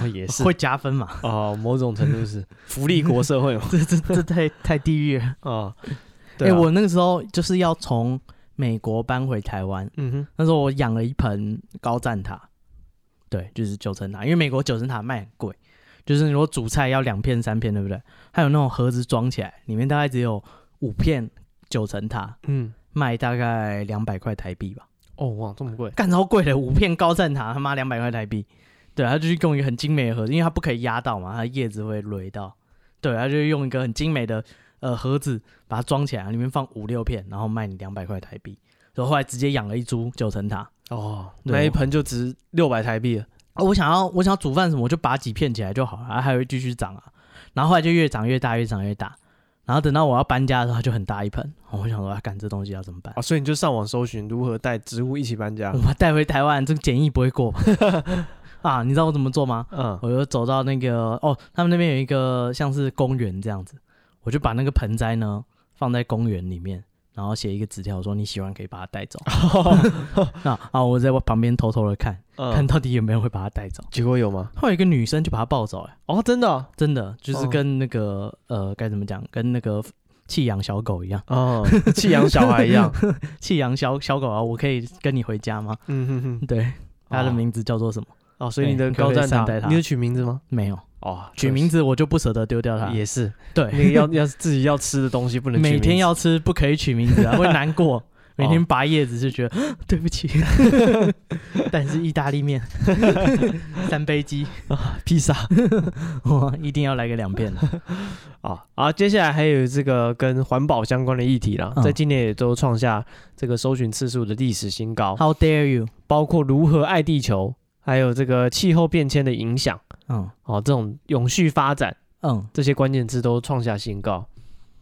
Speaker 2: 哦也是
Speaker 3: 会加 分嘛？
Speaker 2: 哦，某种程度是福利国社会 嘛。
Speaker 3: 这这这太太地狱了。
Speaker 2: 哦，对
Speaker 3: 哎，
Speaker 2: 啊、
Speaker 3: 我那个时候就是要从美国搬回台湾，
Speaker 2: 嗯哼，
Speaker 3: 那时候我养了一盆高赞塔，对，就是九层塔，因为美国九层塔卖很贵，就是如果煮菜要两片三片，对不对？还有那种盒子装起来，里面大概只有五片九层塔，
Speaker 2: 嗯，
Speaker 3: 卖大概两百块台币吧，
Speaker 2: 哦哇，这么贵，
Speaker 3: 干超贵的，五片高赞塔他妈两百块台币，对，他就去用一个很精美的盒子，因为它不可以压到嘛，它叶子会累到，对，他就用一个很精美的呃盒子把它装起来，里面放五六片，然后卖你两百块台币，然后后来直接养了一株九层塔。
Speaker 2: 哦，
Speaker 3: 对
Speaker 2: 那一
Speaker 3: 我
Speaker 2: 盆就值六百台币了。
Speaker 3: 哦，我想要我想要煮饭什么，我就拔几片起来就好了，它还会继续长啊。然后后来就越长越大，越长越大。然后等到我要搬家的时候，它就很大一盆。哦我想说，啊，干这东西要怎么办？
Speaker 2: 啊，所以你就上网搜寻如何带植物一起搬家
Speaker 3: 我。把它带回台湾，这个检疫不会过吧 啊！你知道我怎么做吗？
Speaker 2: 嗯，
Speaker 3: 我就走到那个哦，他们那边有一个像是公园这样子，我就把那个盆栽呢放在公园里面，然后写一个纸条说你喜欢可以把它带走。
Speaker 2: 哦
Speaker 3: 那啊，我在旁边偷偷的看，看
Speaker 2: 嗯，
Speaker 3: 到底有没有人会把它带走。
Speaker 2: 结果有吗？
Speaker 3: 后来有一个女生就把它抱走、了。
Speaker 2: 哦，真的哦，
Speaker 3: 真的就是
Speaker 2: 哦
Speaker 3: 跟那个、呃该怎么讲，跟那个呃弃养小狗一样，
Speaker 2: 哦，弃养小孩一 样。
Speaker 3: 弃养小小狗啊，我可以跟你回家吗？
Speaker 2: 嗯哼哼，
Speaker 3: 对，它的
Speaker 2: 哦
Speaker 3: 名字叫做什么？
Speaker 2: 哦，所以你的
Speaker 3: 对
Speaker 2: 高赞
Speaker 3: 你可不可以善待
Speaker 2: 塔，
Speaker 3: 它
Speaker 2: 你有取名字吗？
Speaker 3: 没有，
Speaker 2: 哦，
Speaker 3: 取名字我就不舍得丢掉它。
Speaker 2: 也是，那
Speaker 3: 对，
Speaker 2: 个要要自己要吃的东西不能取
Speaker 3: 每
Speaker 2: 名字
Speaker 3: 天要吃，不可以取名字啊，会 难过。 每天拔叶子就觉
Speaker 2: 哦
Speaker 3: 得 对不起，但是意大利面、 三杯鸡，
Speaker 2: 啊披萨
Speaker 3: 我一定要来个两 片的。
Speaker 2: 啊啊！接下来还有这个跟环保相关的议题啦，
Speaker 3: 嗯
Speaker 2: 在今年也都创下这个搜寻次数的历史新高，
Speaker 3: How dare you？
Speaker 2: 包括如何爱地球，还有这个气候变迁的影响，
Speaker 3: 嗯
Speaker 2: 哦，这种永续发展
Speaker 3: 嗯
Speaker 2: 这些关键字都创下新高。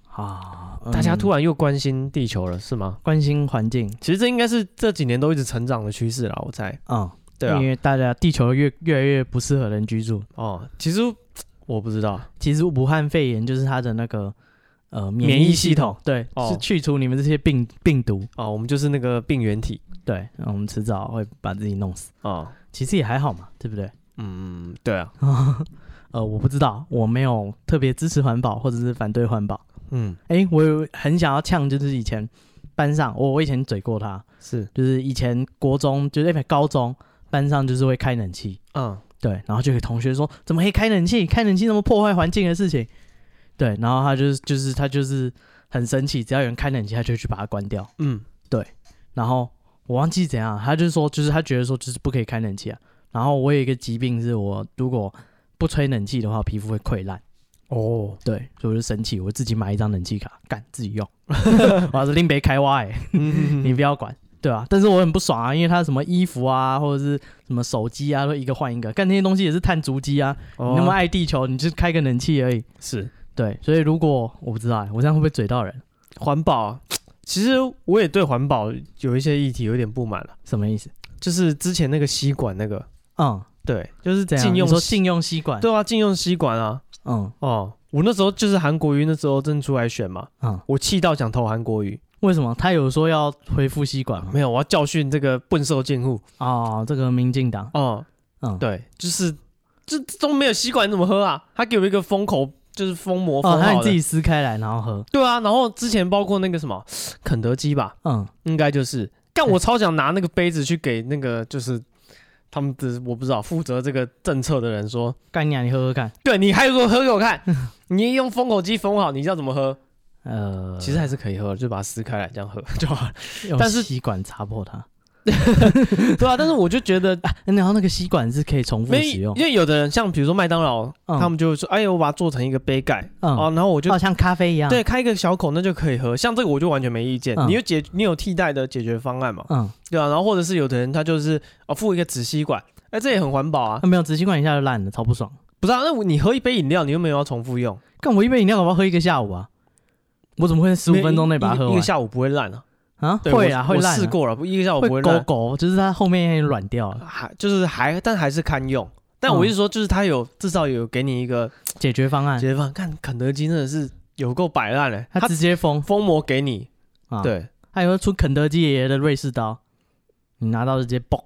Speaker 3: 啊，
Speaker 2: 大家
Speaker 3: 嗯
Speaker 2: 突然又关心地球了，是吗？
Speaker 3: 关心环境，
Speaker 2: 其实这应该是这几年都一直成长的趋势啦，我猜。
Speaker 3: 嗯，
Speaker 2: 对啊
Speaker 3: 因，为大家地球越越来越不适合人居住。
Speaker 2: 哦，其实我不知道，
Speaker 3: 其实武汉肺炎就是它的那个呃免
Speaker 2: 免疫系
Speaker 3: 系
Speaker 2: 统，
Speaker 3: 对，
Speaker 2: 哦
Speaker 3: 是去除你们这些病病毒。
Speaker 2: 哦，我们就是那个病原体
Speaker 3: 对，那我们迟早会把自己弄死。
Speaker 2: 哦，
Speaker 3: 其实也还好嘛，对不对？
Speaker 2: 嗯，对啊，
Speaker 3: 呃，我不知道，我没有特别支持环保或者是反对环保。
Speaker 2: 嗯，
Speaker 3: 诶，我有很想要呛，就是以前班上，我我以前嘴过他，
Speaker 2: 是，
Speaker 3: 就是以前国中，就是哎高中班上就是会开冷气，
Speaker 2: 嗯，
Speaker 3: 对，然后就有同学说，怎么可以开冷气？开冷气那么破坏环境的事情。对，然后他就是就是他就是很生气，只要有人开冷气，他就会去把它关掉。
Speaker 2: 嗯，
Speaker 3: 然后我忘记怎样，他就说就是他觉得说就是不可以开冷气啊。然后我有一个疾病是我如果不吹冷气的话，皮肤会溃烂。
Speaker 2: 哦，
Speaker 3: 对，所以我就生气，我自己买一张冷气卡，干自 己用。我要是另别开挖哎、
Speaker 2: 嗯
Speaker 3: 你
Speaker 2: 你
Speaker 3: 不要管，对啊，但是我很不爽啊，因为他什么衣服啊，或者是什么手机啊，都一个换一个，干那些东西也是碳足迹啊。
Speaker 2: 哦
Speaker 3: 你那么爱地球，你就开个冷气而已。
Speaker 2: 是
Speaker 3: 对，所以如果我不知道欸，我这样会不会嘴到人？
Speaker 2: 环保，其实我也对环保有一些议题有点不满了，
Speaker 3: 什么意思？
Speaker 2: 就是之前那个吸管那个，
Speaker 3: 嗯，
Speaker 2: 对，就是
Speaker 3: 这样
Speaker 2: 禁用
Speaker 3: 你说
Speaker 2: 吸
Speaker 3: 禁用吸管。
Speaker 2: 对啊，禁用吸管啊，
Speaker 3: 嗯
Speaker 2: 哦，我那时候就是韩国瑜那时候正出来选嘛，
Speaker 3: 嗯，
Speaker 2: 我气到想投韩国瑜，
Speaker 3: 为什么他有说要恢复吸管吗？
Speaker 2: 没有，我要教训这个笨兽贱户，
Speaker 3: 哦，这个民进党，
Speaker 2: 哦，
Speaker 3: 嗯，
Speaker 2: 对，就是这这都没有吸管你怎么喝啊？他给我一个封口，就是封膜封
Speaker 3: 哦，
Speaker 2: 好
Speaker 3: 那
Speaker 2: 的。
Speaker 3: 你自己撕开来然后喝。
Speaker 2: 对啊，然后之前包括那个什么肯德基吧，
Speaker 3: 嗯，
Speaker 2: 应该就是，但我超想拿那个杯子去给那个就是他们的我不知道负责这个政策的人说，
Speaker 3: 干你啊，你喝喝看。
Speaker 2: 对你还有给我喝给我 看，你用封口机封好，你知道怎么喝？
Speaker 3: 呃，
Speaker 2: 其实还是可以喝，就把它撕开来这样喝就好了。
Speaker 3: 用
Speaker 2: 但是
Speaker 3: 吸管插破它，
Speaker 2: 对啊，但是我就觉得。
Speaker 3: 然后那个吸管是可以重复
Speaker 2: 没，
Speaker 3: 使
Speaker 2: 因
Speaker 3: 用。
Speaker 2: 为有的人像比如说麦当劳，
Speaker 3: 嗯
Speaker 2: 他们就会说：“哎呀，我把它做成一个杯盖。”
Speaker 3: 嗯
Speaker 2: 哦，然后我就
Speaker 3: 好像咖啡一样。
Speaker 2: 对，，开一个小口那就可以喝。像这个我就完全没意见，
Speaker 3: 嗯
Speaker 2: 你有解，你有替代的解决方案嘛？
Speaker 3: 嗯，
Speaker 2: 对啊，然后或者是有的人他就是哦附一个纸吸管，哎、这也很环保啊。
Speaker 3: 嗯那没有纸吸管一下就烂了，超不爽。
Speaker 2: 不是啊？那我你喝一杯饮料，你又没有要重复用，
Speaker 3: 干我一杯饮料，我要喝一个下午啊！我怎么会十五分钟内把它
Speaker 2: 一个
Speaker 3: 喝
Speaker 2: 一
Speaker 3: 完
Speaker 2: 个下午不会烂啊？
Speaker 3: 啊？
Speaker 2: 对
Speaker 3: 会啊，
Speaker 2: 我
Speaker 3: 会烂啊、
Speaker 2: 我试过了，不一个下午不
Speaker 3: 会
Speaker 2: 烂
Speaker 3: 狗，狗，就是它后面有点软掉了。
Speaker 2: 还就是还但还是堪用。但我
Speaker 3: 嗯
Speaker 2: 一直说，就是它有至少有给你一个
Speaker 3: 解决方案
Speaker 2: 解，决方案。看肯德基真的是有够摆烂嘞，
Speaker 3: 嗯它
Speaker 2: 它
Speaker 3: 直接封
Speaker 2: 封膜给你，
Speaker 3: 啊。，
Speaker 2: 对，
Speaker 3: 还有出肯德基爷爷的瑞士刀，你拿到就直接嘣，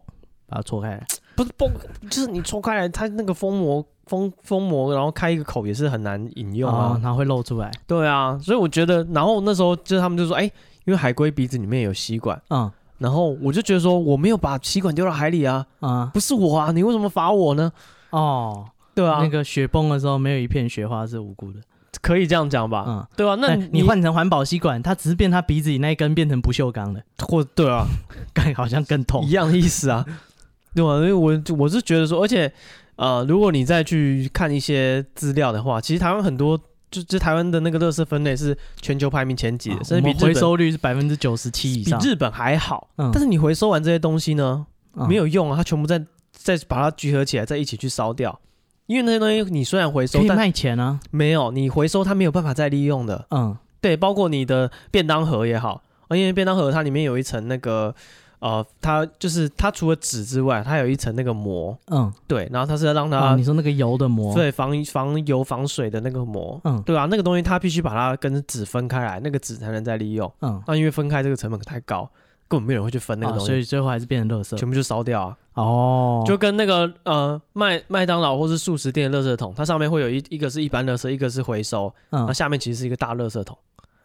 Speaker 3: 把它戳开来。
Speaker 2: 不是崩，就是你戳开来，它那个封膜封封膜，然后开一个口也是很难饮用啊。
Speaker 3: 哦然后会露出来。
Speaker 2: 对啊，所以我觉得，然后那时候就是他们就说，哎、因为海龟鼻子里面有吸管，
Speaker 3: 嗯
Speaker 2: 然后我就觉得说，我没有把吸管丢到海里啊，
Speaker 3: 啊
Speaker 2: 不是我啊，你为什么罚我呢？
Speaker 3: 哦，
Speaker 2: 对啊，
Speaker 3: 那个雪崩的时候没有一片雪花是无辜的。
Speaker 2: 可以这样讲吧，
Speaker 3: 嗯，
Speaker 2: 对啊，那
Speaker 3: 哎
Speaker 2: 你
Speaker 3: 你换成环保吸管，它只是变它鼻子里那一根变成不锈钢的，
Speaker 2: 或对啊，
Speaker 3: 感好像更痛
Speaker 2: 一。样的意思啊， 对吧、因为我我是觉得说，而且呃，如果你再去看一些资料的话，其实台湾很多。就就台湾的那个垃圾分类是全球排名前几的，
Speaker 3: 啊
Speaker 2: 甚至比
Speaker 3: 我们回
Speaker 2: 日本
Speaker 3: 收率是百分之九十七以
Speaker 2: 比
Speaker 3: 上，
Speaker 2: 日本还好。
Speaker 3: 嗯
Speaker 2: 但是你回收完这些东西呢，
Speaker 3: 嗯
Speaker 2: 没有用啊，它全部再再把它聚合起来，再一起去烧掉。因为那些东西你虽然回收
Speaker 3: 可，以
Speaker 2: 但
Speaker 3: 卖钱啊。
Speaker 2: 没有你回收它没有办法再利用的。
Speaker 3: 嗯，
Speaker 2: 对，包括你的便当盒也好，啊因为便当盒它里面有一层那个呃，它就是它除了纸之外，它有一层那个膜，
Speaker 3: 嗯，
Speaker 2: 对，然后它是要让
Speaker 3: 啊，
Speaker 2: 它
Speaker 3: 你说那个油的膜，
Speaker 2: 对防防油防水的那个膜，
Speaker 3: 嗯
Speaker 2: 对啊，那个东西它必须把它跟纸分开来，那个纸才能再利用。
Speaker 3: 嗯，
Speaker 2: 那因为分开这个成本太高，根本没有人会去分那个
Speaker 3: 啊
Speaker 2: 东
Speaker 3: 所
Speaker 2: 西，
Speaker 3: 以最后还是变成垃圾。
Speaker 2: 全部就烧掉啊。
Speaker 3: 哦，
Speaker 2: 就跟那个呃麦麦当劳或是素食店的垃圾桶，它上面会有一一个是一般垃圾，一个是回收，
Speaker 3: 嗯
Speaker 2: 然后，下面其实是一个大垃圾桶，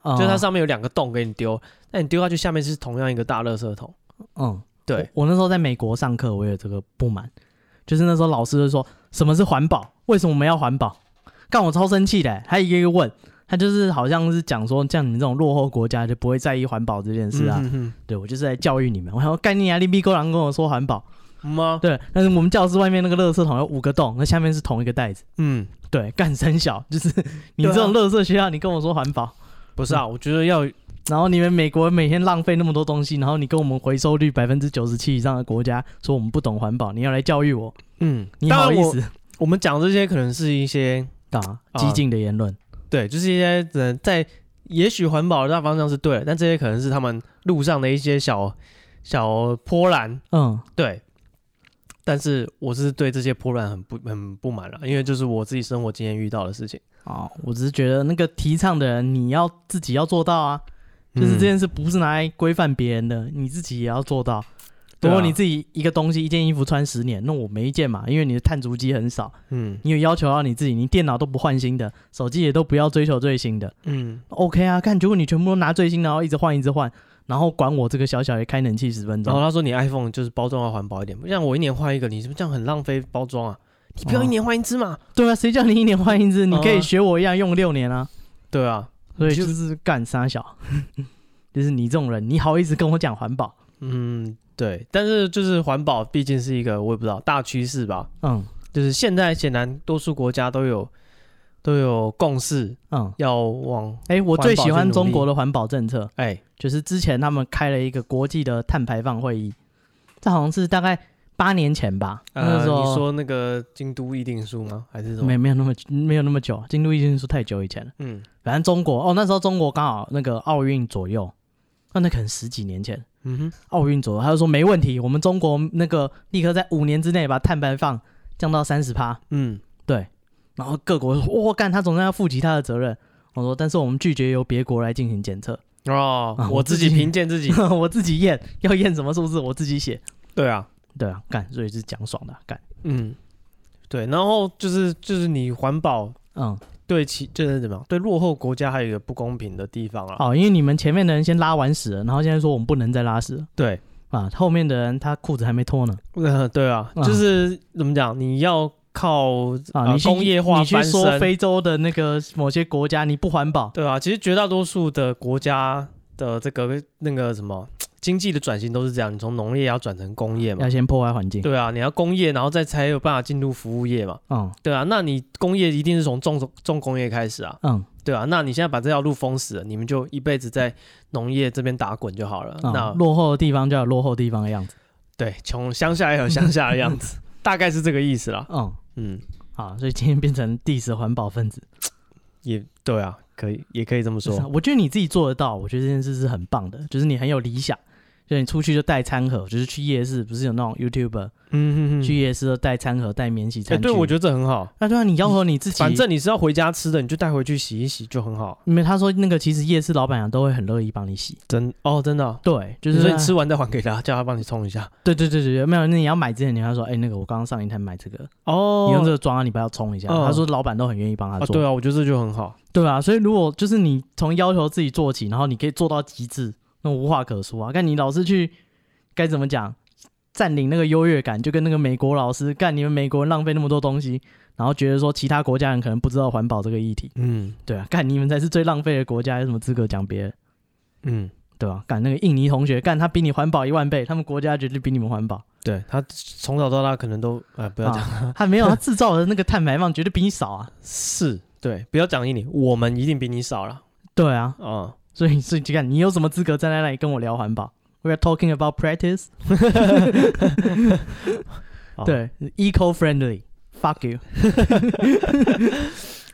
Speaker 3: 就
Speaker 2: 就是它上面有两个洞给你丢，那你丢下去下面是同样一个大垃圾桶。
Speaker 3: 嗯，
Speaker 2: 对
Speaker 3: 我，我那时候在美国上课，我有这个不满，就是那时候老师就说什么是环保，为什么我们要环保？干我超生气的、他一个一个问，他就是好像是讲说，像你们这种落后国家就不会在意环保这件事啊。
Speaker 2: 嗯哼
Speaker 3: 对我就是来教育你们，我想说干你啊，你逼狗狼跟我说环保，
Speaker 2: 哼嗯吗？
Speaker 3: 对，但是我们教室外面那个垃圾桶有五个洞，那下面是同一个袋子，
Speaker 2: 嗯，
Speaker 3: 对，干三小，就是你
Speaker 2: 对啊
Speaker 3: 这种垃圾学校，你跟我说环保，
Speaker 2: 不是啊，我觉得
Speaker 3: 嗯
Speaker 2: 要
Speaker 3: 然后你们美国每天浪费那么多东西，然后你跟我们回收率百分之九十七以上的国家说我们不懂环保，你要来教育我，
Speaker 2: 嗯，
Speaker 3: 你
Speaker 2: 当
Speaker 3: 好
Speaker 2: 然
Speaker 3: 意
Speaker 2: 我
Speaker 3: 思
Speaker 2: 我们讲这些可能是一些
Speaker 3: 啊？
Speaker 2: 啊
Speaker 3: 激进的言论，
Speaker 2: 对，就是一些人在也许环保的大方向是对的，但这些可能是他们路上的一些小小波澜，
Speaker 3: 嗯
Speaker 2: 对，但是我是对这些波澜很不很不满了，啊因为就是我自己生活经验遇到的事情，
Speaker 3: 哦，我只是觉得那个提倡的人，你要自己要做到啊，
Speaker 2: 嗯
Speaker 3: 就是这件事不是拿来规范别人的，你自己也要做到。
Speaker 2: 对
Speaker 3: 如
Speaker 2: 啊
Speaker 3: 果你自己一个东西一件衣服穿十年，那我没意见嘛，因为你的碳足迹很少，
Speaker 2: 嗯
Speaker 3: 你有要求到你自己，你电脑都不换新的，手机也都不要追求最新的
Speaker 2: 嗯，
Speaker 3: ，OK 啊？看，结果你全部都拿最新的，然后一直换一直换，然后管我这个小小的开冷气十分
Speaker 2: 然后
Speaker 3: 钟，
Speaker 2: 他说你 iPhone 就是包装要环保一点，不像我一年换一个，你是不是这样很浪费包装啊？你不要
Speaker 3: 哦
Speaker 2: 一年换一只嘛？
Speaker 3: 对啊，谁叫你一年换一只？你可
Speaker 2: 嗯啊
Speaker 3: 以学我一样用六年啊。
Speaker 2: 对啊，
Speaker 3: 所以
Speaker 2: 就
Speaker 3: 就是干傻小， 就是你这种人，你好意思跟我讲环保？
Speaker 2: 嗯，对，但是就是环保毕竟是一个我也不知道大趋势吧，
Speaker 3: 嗯
Speaker 2: 就是现在显然多数国家都有都有共识
Speaker 3: 嗯，
Speaker 2: 要往
Speaker 3: 哎、我最喜欢中国
Speaker 2: 了，
Speaker 3: 的环保政策，
Speaker 2: 哎、
Speaker 3: 就是之前他们开了一个国际的碳排放会议，这好像是大概八年前吧，
Speaker 2: 呃，
Speaker 3: 那时
Speaker 2: 你
Speaker 3: 候
Speaker 2: 说那个京都议定书吗？还是什
Speaker 3: 没
Speaker 2: 么？
Speaker 3: 没有那么没有那么久，京都议定书太久以前了。
Speaker 2: 嗯，
Speaker 3: 反正中国哦，那时候中国刚好那个奥运左右，那那可能十几年前，
Speaker 2: 嗯哼，
Speaker 3: 奥运左右，他就说没问题，我们中国那个立刻在五年之内把碳排放降到三十趴，
Speaker 2: 嗯，
Speaker 3: 然后各国说：“我、干，他总是要负起他的责任。”我说：“但是我们拒绝由别国来进行检测，
Speaker 2: 哦，
Speaker 3: 啊
Speaker 2: 我
Speaker 3: 我
Speaker 2: 自
Speaker 3: 自
Speaker 2: 己
Speaker 3: 己
Speaker 2: 评鉴自己。
Speaker 3: 我自己验，要验什么数字我自己写。
Speaker 2: 对啊，”
Speaker 3: 对啊，干，所以是讲爽的啊、干。
Speaker 2: 嗯，对，然后就是就是你环保
Speaker 3: 嗯，
Speaker 2: 对其就是怎么样对落后国家还有一个不公平的地方啊。
Speaker 3: 哦，因为你们前面的人先拉完屎了，然后现在说我们不能再拉屎了
Speaker 2: 对，
Speaker 3: 啊，后面的人他裤子还没脱呢
Speaker 2: 呃， 对啊，
Speaker 3: 啊
Speaker 2: 就是怎么讲，你要靠
Speaker 3: 啊，
Speaker 2: 呃
Speaker 3: 你去
Speaker 2: 工业化
Speaker 3: 你去
Speaker 2: 翻
Speaker 3: 说
Speaker 2: 身，
Speaker 3: 非洲的那个某些国家你不环保，
Speaker 2: 对啊，其实绝大多数的国家的这个那个什么经济的转型都是这样，你从农业要转成工业嘛
Speaker 3: 要。先破坏环境。
Speaker 2: 对啊，你要工业，然后再才有办法进入服务业嘛。
Speaker 3: 嗯
Speaker 2: 对啊，那你工业一定是从重重工业开始啊，
Speaker 3: 嗯，
Speaker 2: 对啊，那你现在把这条路封死了，你们就一辈子在农业这边打滚就好了。
Speaker 3: 啊
Speaker 2: 那
Speaker 3: 落后的地方就有落后地方的样子。
Speaker 2: 对，穷乡下也有乡下的样子，大概是这个意思啦。
Speaker 3: 嗯，
Speaker 2: 嗯，
Speaker 3: 好，所以今天变成 diss 环保分子。
Speaker 2: 也对啊，可以也可以这么
Speaker 3: 就是啊
Speaker 2: 说。
Speaker 3: 我觉得你自己做得到，我觉得这件事是很棒的，就是你很有理想，就是你出去就带餐盒，就是去夜市，不是有那种 YouTuber、
Speaker 2: 嗯嗯
Speaker 3: 去夜市都带餐盒、带免洗
Speaker 2: 哎，
Speaker 3: 餐具。
Speaker 2: 对，我觉得这很好。
Speaker 3: 那对啊，你要和你自己，
Speaker 2: 反正你是要回家吃的，你就带回去洗一洗就很好。
Speaker 3: 因为他说那个其实夜市老板娘都会很乐意帮你洗，
Speaker 2: 真哦，真的哦、
Speaker 3: 对，就是啊
Speaker 2: 所以你吃完再还给他，叫他帮你冲一下。
Speaker 3: 对对对对对，没有，那你要买之前你要说，哎、那个我刚刚上一摊买这个，
Speaker 2: 哦
Speaker 3: 你用这个装啊，你不要冲一下。
Speaker 2: 嗯
Speaker 3: 他说老板都很愿意帮他
Speaker 2: 啊，
Speaker 3: 做，
Speaker 2: 对啊，我觉得这就很好。
Speaker 3: 对啊，所以如果就是你从要求自己做起，然后你可以做到极致，那无话可说啊。但你老是去该怎么讲，占领那个优越感，就跟那个美国老师干你们美国人浪费那么多东西，然后觉得说其他国家人可能不知道环保这个议题，
Speaker 2: 嗯
Speaker 3: 对啊，干你们才是最浪费的国家，有什么资格讲别人？
Speaker 2: 嗯，
Speaker 3: 对吧、干那个印尼同学，干他比你环保一万倍，他们国家绝对比你们环保。
Speaker 2: 对他从小到大可能都啊，不要讲、
Speaker 3: 啊他没有，他制造的那个碳排放绝对比你少啊。
Speaker 2: 是，对，不要讲印尼，我们一定比你少了
Speaker 3: 对啊，
Speaker 2: 啊。
Speaker 3: 所以所以就看你有什么资格站在那里跟我聊环保？We are talking about practice，、
Speaker 2: 好
Speaker 3: 对，eco friendly，fuck you。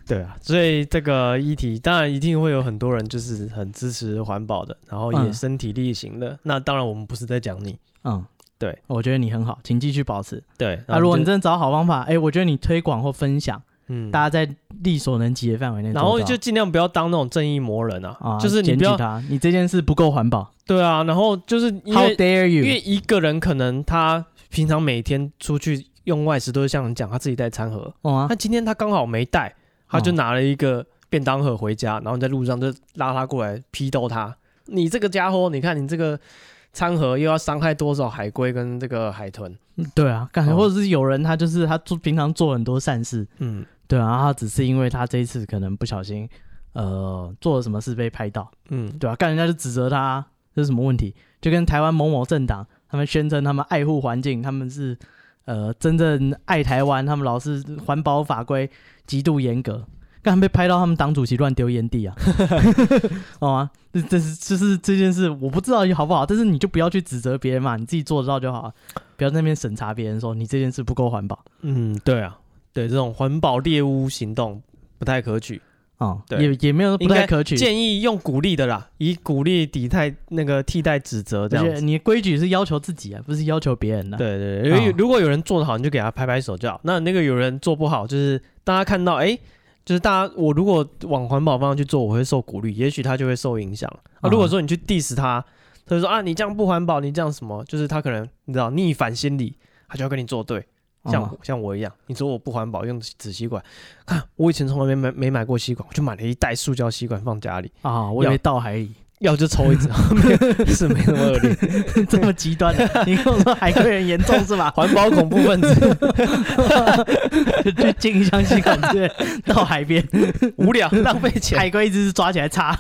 Speaker 2: 对啊，所以这个议题当然一定会有很多人就是很支持环保的，然后也
Speaker 3: 嗯
Speaker 2: 身体力行的。那当然我们不是在讲你，
Speaker 3: 嗯，
Speaker 2: 对，
Speaker 3: 我觉得你很好，请继续保持。
Speaker 2: 对。然
Speaker 3: 那、
Speaker 2: 后
Speaker 3: 啊如果
Speaker 2: 就
Speaker 3: 你真的找好方法，哎、我觉得你推广或分享，
Speaker 2: 嗯
Speaker 3: 大家在力所能及的范围内做
Speaker 2: 然
Speaker 3: 到，
Speaker 2: 后就尽量不要当那种正义魔人啊，
Speaker 3: 啊，
Speaker 2: 就是你
Speaker 3: 检
Speaker 2: 不
Speaker 3: 举
Speaker 2: 要
Speaker 3: 他，你这件事不够环保
Speaker 2: 对啊，然后就是因
Speaker 3: ，How
Speaker 2: 为
Speaker 3: dare
Speaker 2: 因为
Speaker 3: you？
Speaker 2: 一个人可能他平常每天出去用外食都是像你讲他自己带餐盒，
Speaker 3: 哦啊
Speaker 2: 那，今天他刚好没带，他就拿了一个便当盒回家，然后你在路上就拉他过来批斗他，你这个家伙，你看你这个。餐盒又要伤害多少海龟跟这个海豚？
Speaker 3: 对啊，感觉
Speaker 2: 哦
Speaker 3: 或者是有人他就是他做平常做很多善事，
Speaker 2: 嗯
Speaker 3: 对啊，他只是因为他这一次可能不小心，呃，做了什么事被拍到，
Speaker 2: 嗯，
Speaker 3: 对啊，干人家就指责他，啊这是什么问题？就跟台湾某某政党，他们宣称他们爱护环境，他们是呃真正爱台湾，他们老是环保法规极度严格，干被拍到他们党主席乱丢烟蒂啊， 好吗？这这是就是这件事，我不知道好不好，但是你就不要去指责别人嘛，你自己做得到就好，啊不要在那边审查别人说你这件事不够环保。
Speaker 2: 嗯，对啊，对这种环保猎巫行动不太可取，
Speaker 3: 哦，
Speaker 2: 对
Speaker 3: 也也没有不
Speaker 2: 应该
Speaker 3: 太可取，
Speaker 2: 建议用鼓励的啦，以鼓励抵代那个替代指责这
Speaker 3: 而
Speaker 2: 样
Speaker 3: 且
Speaker 2: 子。
Speaker 3: 你的规矩是要求自己啊，不是要求别人的、
Speaker 2: 对对对，因为
Speaker 3: 哦
Speaker 2: 如果有人做得好，你就给他拍拍手就好。那那个有人做不好，就是大家看到，哎、就是大家我如果往环保方向去做，我会受鼓励，也许他就会受影响。啊，
Speaker 3: 嗯
Speaker 2: 如果说你去 diss 他，他就说啊，你这样不环保，你这样什么，就是他可能你知道逆反心理，他就要跟你作对。像我、
Speaker 3: 哦
Speaker 2: 像我一样，你说我不环保，用纸吸管，看我以前从来没买没买过吸管，我就买了一袋塑胶吸管放家里，
Speaker 3: 啊、我以
Speaker 2: 要
Speaker 3: 为倒海里
Speaker 2: 要就抽一支， 没有是没那么恶 劣。
Speaker 3: 这么极端的、你跟我说海龟人严重是吧？
Speaker 2: 环保恐怖分 子
Speaker 3: 就 就进一箱吸管之类到海 边，
Speaker 2: 无聊浪费钱，
Speaker 3: 海龟一只是抓起来插，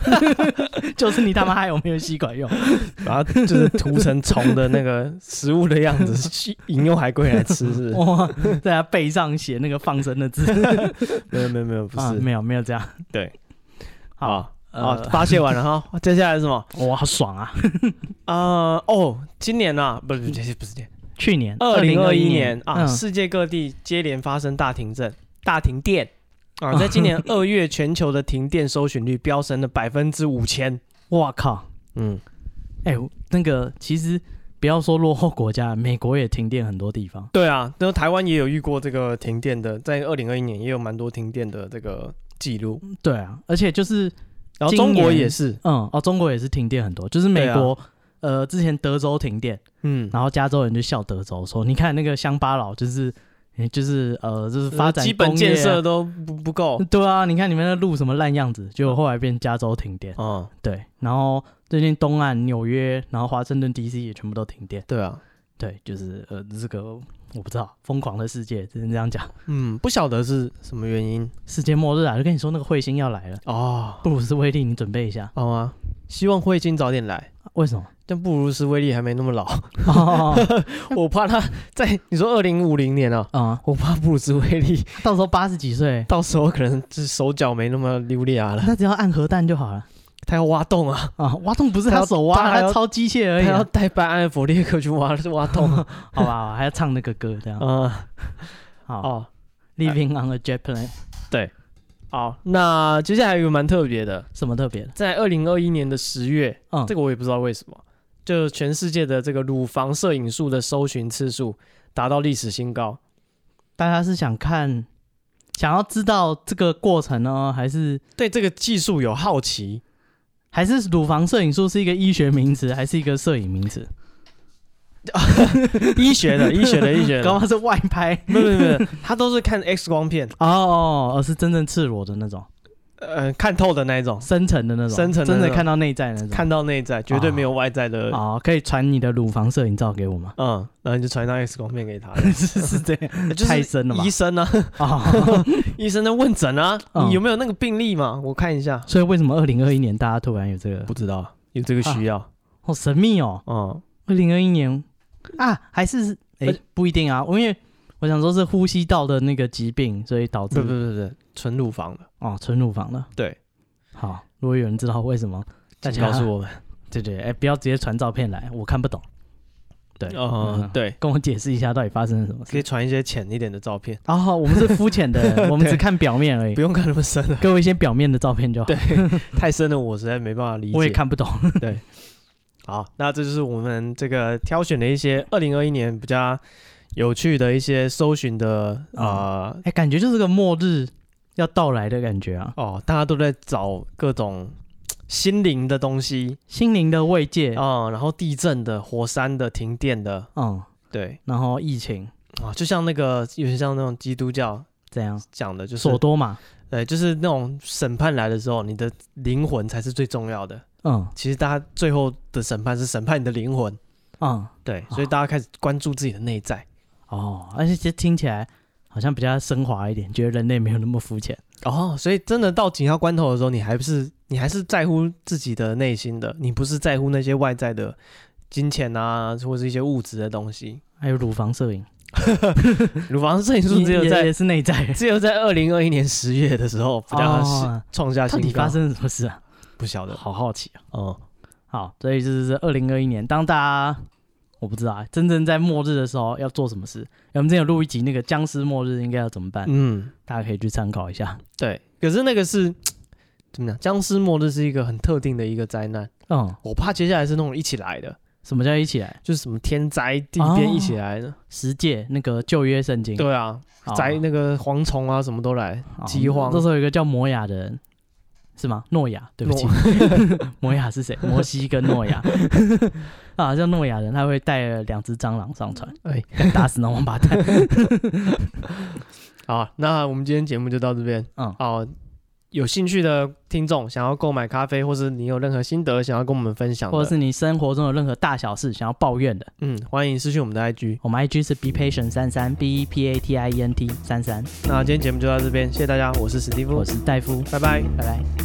Speaker 3: 就是你他妈还有没有吸管用？
Speaker 2: 然后就是涂成虫的那个食物的样子，去引诱海龟来吃，是不
Speaker 3: 哇，在他背上写那个放生的字，
Speaker 2: 是？没有没有没有，不
Speaker 3: 啊、
Speaker 2: 是。
Speaker 3: 没有没有这样，
Speaker 2: 对，
Speaker 3: 好，
Speaker 2: 好，
Speaker 3: 呃
Speaker 2: 好，发泄完了哈，接下来是什么？
Speaker 3: 哇，好爽啊！
Speaker 2: 啊哦，今年啊，不是不是不是今年，
Speaker 3: 去年
Speaker 2: 二零二
Speaker 3: 2021
Speaker 2: 一年啊，
Speaker 3: 嗯
Speaker 2: 世界各地接连发生大停震、大停电啊，在今年二月，全球的停电搜寻率飙升了百分之五千。
Speaker 3: 哇靠，
Speaker 2: 嗯，
Speaker 3: 哎、那个其实不要说落后国家，美国也停电很多地方。
Speaker 2: 对啊，那台湾也有遇过这个停电的，在二零二一年也有蛮多停电的这个记录，
Speaker 3: 对啊，而且就是
Speaker 2: 然后
Speaker 3: 今
Speaker 2: 中国
Speaker 3: 年
Speaker 2: 也是，
Speaker 3: 嗯哦，中国也是停电很多，就是美
Speaker 2: 对啊
Speaker 3: 国、呃之前德州停电，
Speaker 2: 嗯，
Speaker 3: 然后加州人就笑德州说，你看那个乡巴佬就是就是呃就是发展
Speaker 2: 基本
Speaker 3: 工业啊
Speaker 2: 建设。都不不 够。
Speaker 3: 对啊，你看你们那路什么烂样子，结果后来变加州停电。
Speaker 2: 嗯，
Speaker 3: 对，然后最近东岸、纽约，然后华盛顿 D.C. 也全部都停电。
Speaker 2: 对啊，
Speaker 3: 对，就是呃，这个我不知道，疯狂的世界只能这样讲。
Speaker 2: 嗯，不晓得是什么原因
Speaker 3: 世界末日啊，就跟你说那个彗星要来了，
Speaker 2: 哦，
Speaker 3: 布鲁斯威利，你准备一下。
Speaker 2: 好吗？希望彗星早点来，
Speaker 3: 为什么？
Speaker 2: 但布鲁斯威利还没那么老，
Speaker 3: 哦，
Speaker 2: 我怕他在你说二零五零年啊，
Speaker 3: 啊、
Speaker 2: 我怕布鲁斯威利
Speaker 3: 到时候八十几岁，
Speaker 2: 到时候可能是手脚没那么溜利啊了，
Speaker 3: 他只要按核弹就好了
Speaker 2: 他要挖洞啊，
Speaker 3: 啊！挖洞不是
Speaker 2: 他要
Speaker 3: 他手挖，
Speaker 2: 他还
Speaker 3: 他
Speaker 2: 要
Speaker 3: 超机械而
Speaker 2: 他
Speaker 3: 已啊、
Speaker 2: 要带班艾弗 列克去挖挖洞啊，
Speaker 3: 哦好吧，还要唱那个歌这样。
Speaker 2: 嗯，
Speaker 3: 好，
Speaker 2: 哦，
Speaker 3: Living on a jet plane，
Speaker 2: 好，那接下来有一个蛮特别的，
Speaker 3: 什么特别的？
Speaker 2: 在二零二一年的十月，
Speaker 3: 嗯
Speaker 2: 这个我也不知道为什么，就全世界的这个乳房摄影术的搜寻次数达到历史新高。
Speaker 3: 大家是想看，想要知道这个过程呢，还是
Speaker 2: 对这个技术有好奇，
Speaker 3: 还是乳房摄影术是一个医学名词，还是一个摄影名词？
Speaker 2: 医学的，医 学的，医学
Speaker 3: 刚
Speaker 2: 的，
Speaker 3: 刚是外拍
Speaker 2: 没有没有没有，他都是看 X 光片，
Speaker 3: 哦哦，哦是真正赤裸的那种，
Speaker 2: 呃，看透的那一种，
Speaker 3: 深层的那种，
Speaker 2: 深层的啊
Speaker 3: 真
Speaker 2: 那
Speaker 3: 的
Speaker 2: 种
Speaker 3: 看到内在的那种。
Speaker 2: 看到内在，绝对没有外在的，
Speaker 3: 哦，可以传你的乳房摄影照给我吗？
Speaker 2: 嗯，然后你就传一张 X 光片给 他，
Speaker 3: 是是这样，
Speaker 2: 就是
Speaker 3: 太深了吧
Speaker 2: 医？生啊，
Speaker 3: 哦，
Speaker 2: 医生在问诊啊，
Speaker 3: 嗯
Speaker 2: 你有没有那个病例嘛？我看一下，
Speaker 3: 所以为什么二零二一年大家突然有这个？
Speaker 2: 不知道有这个需要，
Speaker 3: 好神秘哦，
Speaker 2: 嗯，
Speaker 3: 二零二一年啊，还是哎、
Speaker 2: 而且
Speaker 3: 不一定啊，因为我想说是呼吸道的那个疾病，所以导
Speaker 2: 不
Speaker 3: 致
Speaker 2: 不不不不，纯乳房的，
Speaker 3: 哦纯乳房的。
Speaker 2: 对，
Speaker 3: 好，如果有人知道为什么，大
Speaker 2: 请
Speaker 3: 家
Speaker 2: 告诉我们，
Speaker 3: 对对，哎、不要直接传照片来，我看不懂。哦对，
Speaker 2: 嗯，对，
Speaker 3: 跟我解释一下到底发生了什么
Speaker 2: 可
Speaker 3: 事
Speaker 2: 以。传一些浅一点的照片，
Speaker 3: 然后、我们是肤浅的 人，我们只看表面而已
Speaker 2: 不，用看那么深了，
Speaker 3: 给我一些表面的照片就好
Speaker 2: 对。 太深了我实在没办法理解。
Speaker 3: 我也看不懂。
Speaker 2: 好，那这就是我们这个挑选的一些二零二一年比较有趣的一些搜寻的啊、
Speaker 3: 哎、感觉就是个末日要到来的感觉啊，
Speaker 2: 呃哦，大家都在找各种嘖心灵的东西
Speaker 3: 心灵的慰藉。
Speaker 2: 啊、然后地震的、火山的、停电的，
Speaker 3: 嗯，
Speaker 2: 对
Speaker 3: 然后疫情
Speaker 2: 啊，就像那个有点像那种基督教
Speaker 3: 这样，
Speaker 2: 讲的，就是
Speaker 3: 索多玛。
Speaker 2: 对，就是那种审判来的时候，你的灵魂才是最重要的。
Speaker 3: 嗯
Speaker 2: 其实大家最后的审判是审判你的灵魂，
Speaker 3: 嗯，
Speaker 2: 对，所以大家开始关注自己的内在。
Speaker 3: 哦，而且其实听起来好像比较升华一点，觉得人类没有那么肤浅。
Speaker 2: 哦，所以真的到紧要关头的时候，你还不是你还是在乎自己的内心的，你不是在乎那些外在的金钱啊，或是一些物质的东西。
Speaker 3: 还有乳房摄影，
Speaker 2: 乳房摄影术只有
Speaker 3: 也
Speaker 2: 在
Speaker 3: 也是内在。
Speaker 2: 只有在二零二一年十月的时候比较是
Speaker 3: 哦，
Speaker 2: 创下
Speaker 3: 到
Speaker 2: 新
Speaker 3: 底
Speaker 2: 高
Speaker 3: 发，生了什么事啊？
Speaker 2: 不晓得
Speaker 3: 好好奇啊。
Speaker 2: 哦，
Speaker 3: 好，所以这就是二零二一年，当大家我不知道啊真正在末日的时候要做什么事。哎我们之前有录一集那个僵尸末日应该要怎么办，
Speaker 2: 嗯，
Speaker 3: 大家可以去参考一下。
Speaker 2: 对。可是那个是怎么讲？僵尸末日是一个很特定的一个灾难，
Speaker 3: 嗯，
Speaker 2: 我怕接下来是那种一起来的，
Speaker 3: 什么叫一起来？
Speaker 2: 就是什么天灾地
Speaker 3: 哦哦
Speaker 2: 变一起来的。
Speaker 3: 十诫那个旧约圣经，
Speaker 2: 对啊，
Speaker 3: 好
Speaker 2: 灾那个蝗虫啊什么都来，
Speaker 3: 好
Speaker 2: 饥荒
Speaker 3: 哦那时候有一个叫摩亚的人，是吗？诺亚，对不起， 摩亚是谁？摩西跟诺 亚啊，叫诺亚人，他会带了两只蟑螂上船，
Speaker 2: 哎。
Speaker 3: 敢打死那王八 蛋。
Speaker 2: 好，那我们今天节目就到这边。
Speaker 3: 嗯
Speaker 2: 好，有兴趣的听众想要购买咖啡，或是你有任何心得想要跟我们分享的，
Speaker 3: 或者是你生活中有任何大小事想要抱怨的，
Speaker 2: 嗯，欢迎私讯我们的 IG。
Speaker 3: 我们 IG 是 be patient 三三 b e p a t i e n t 三三，
Speaker 2: 嗯那今天节目就到这边，谢谢大家，我是史蒂夫
Speaker 3: 我，是戴夫，
Speaker 2: 拜拜。
Speaker 3: 拜拜。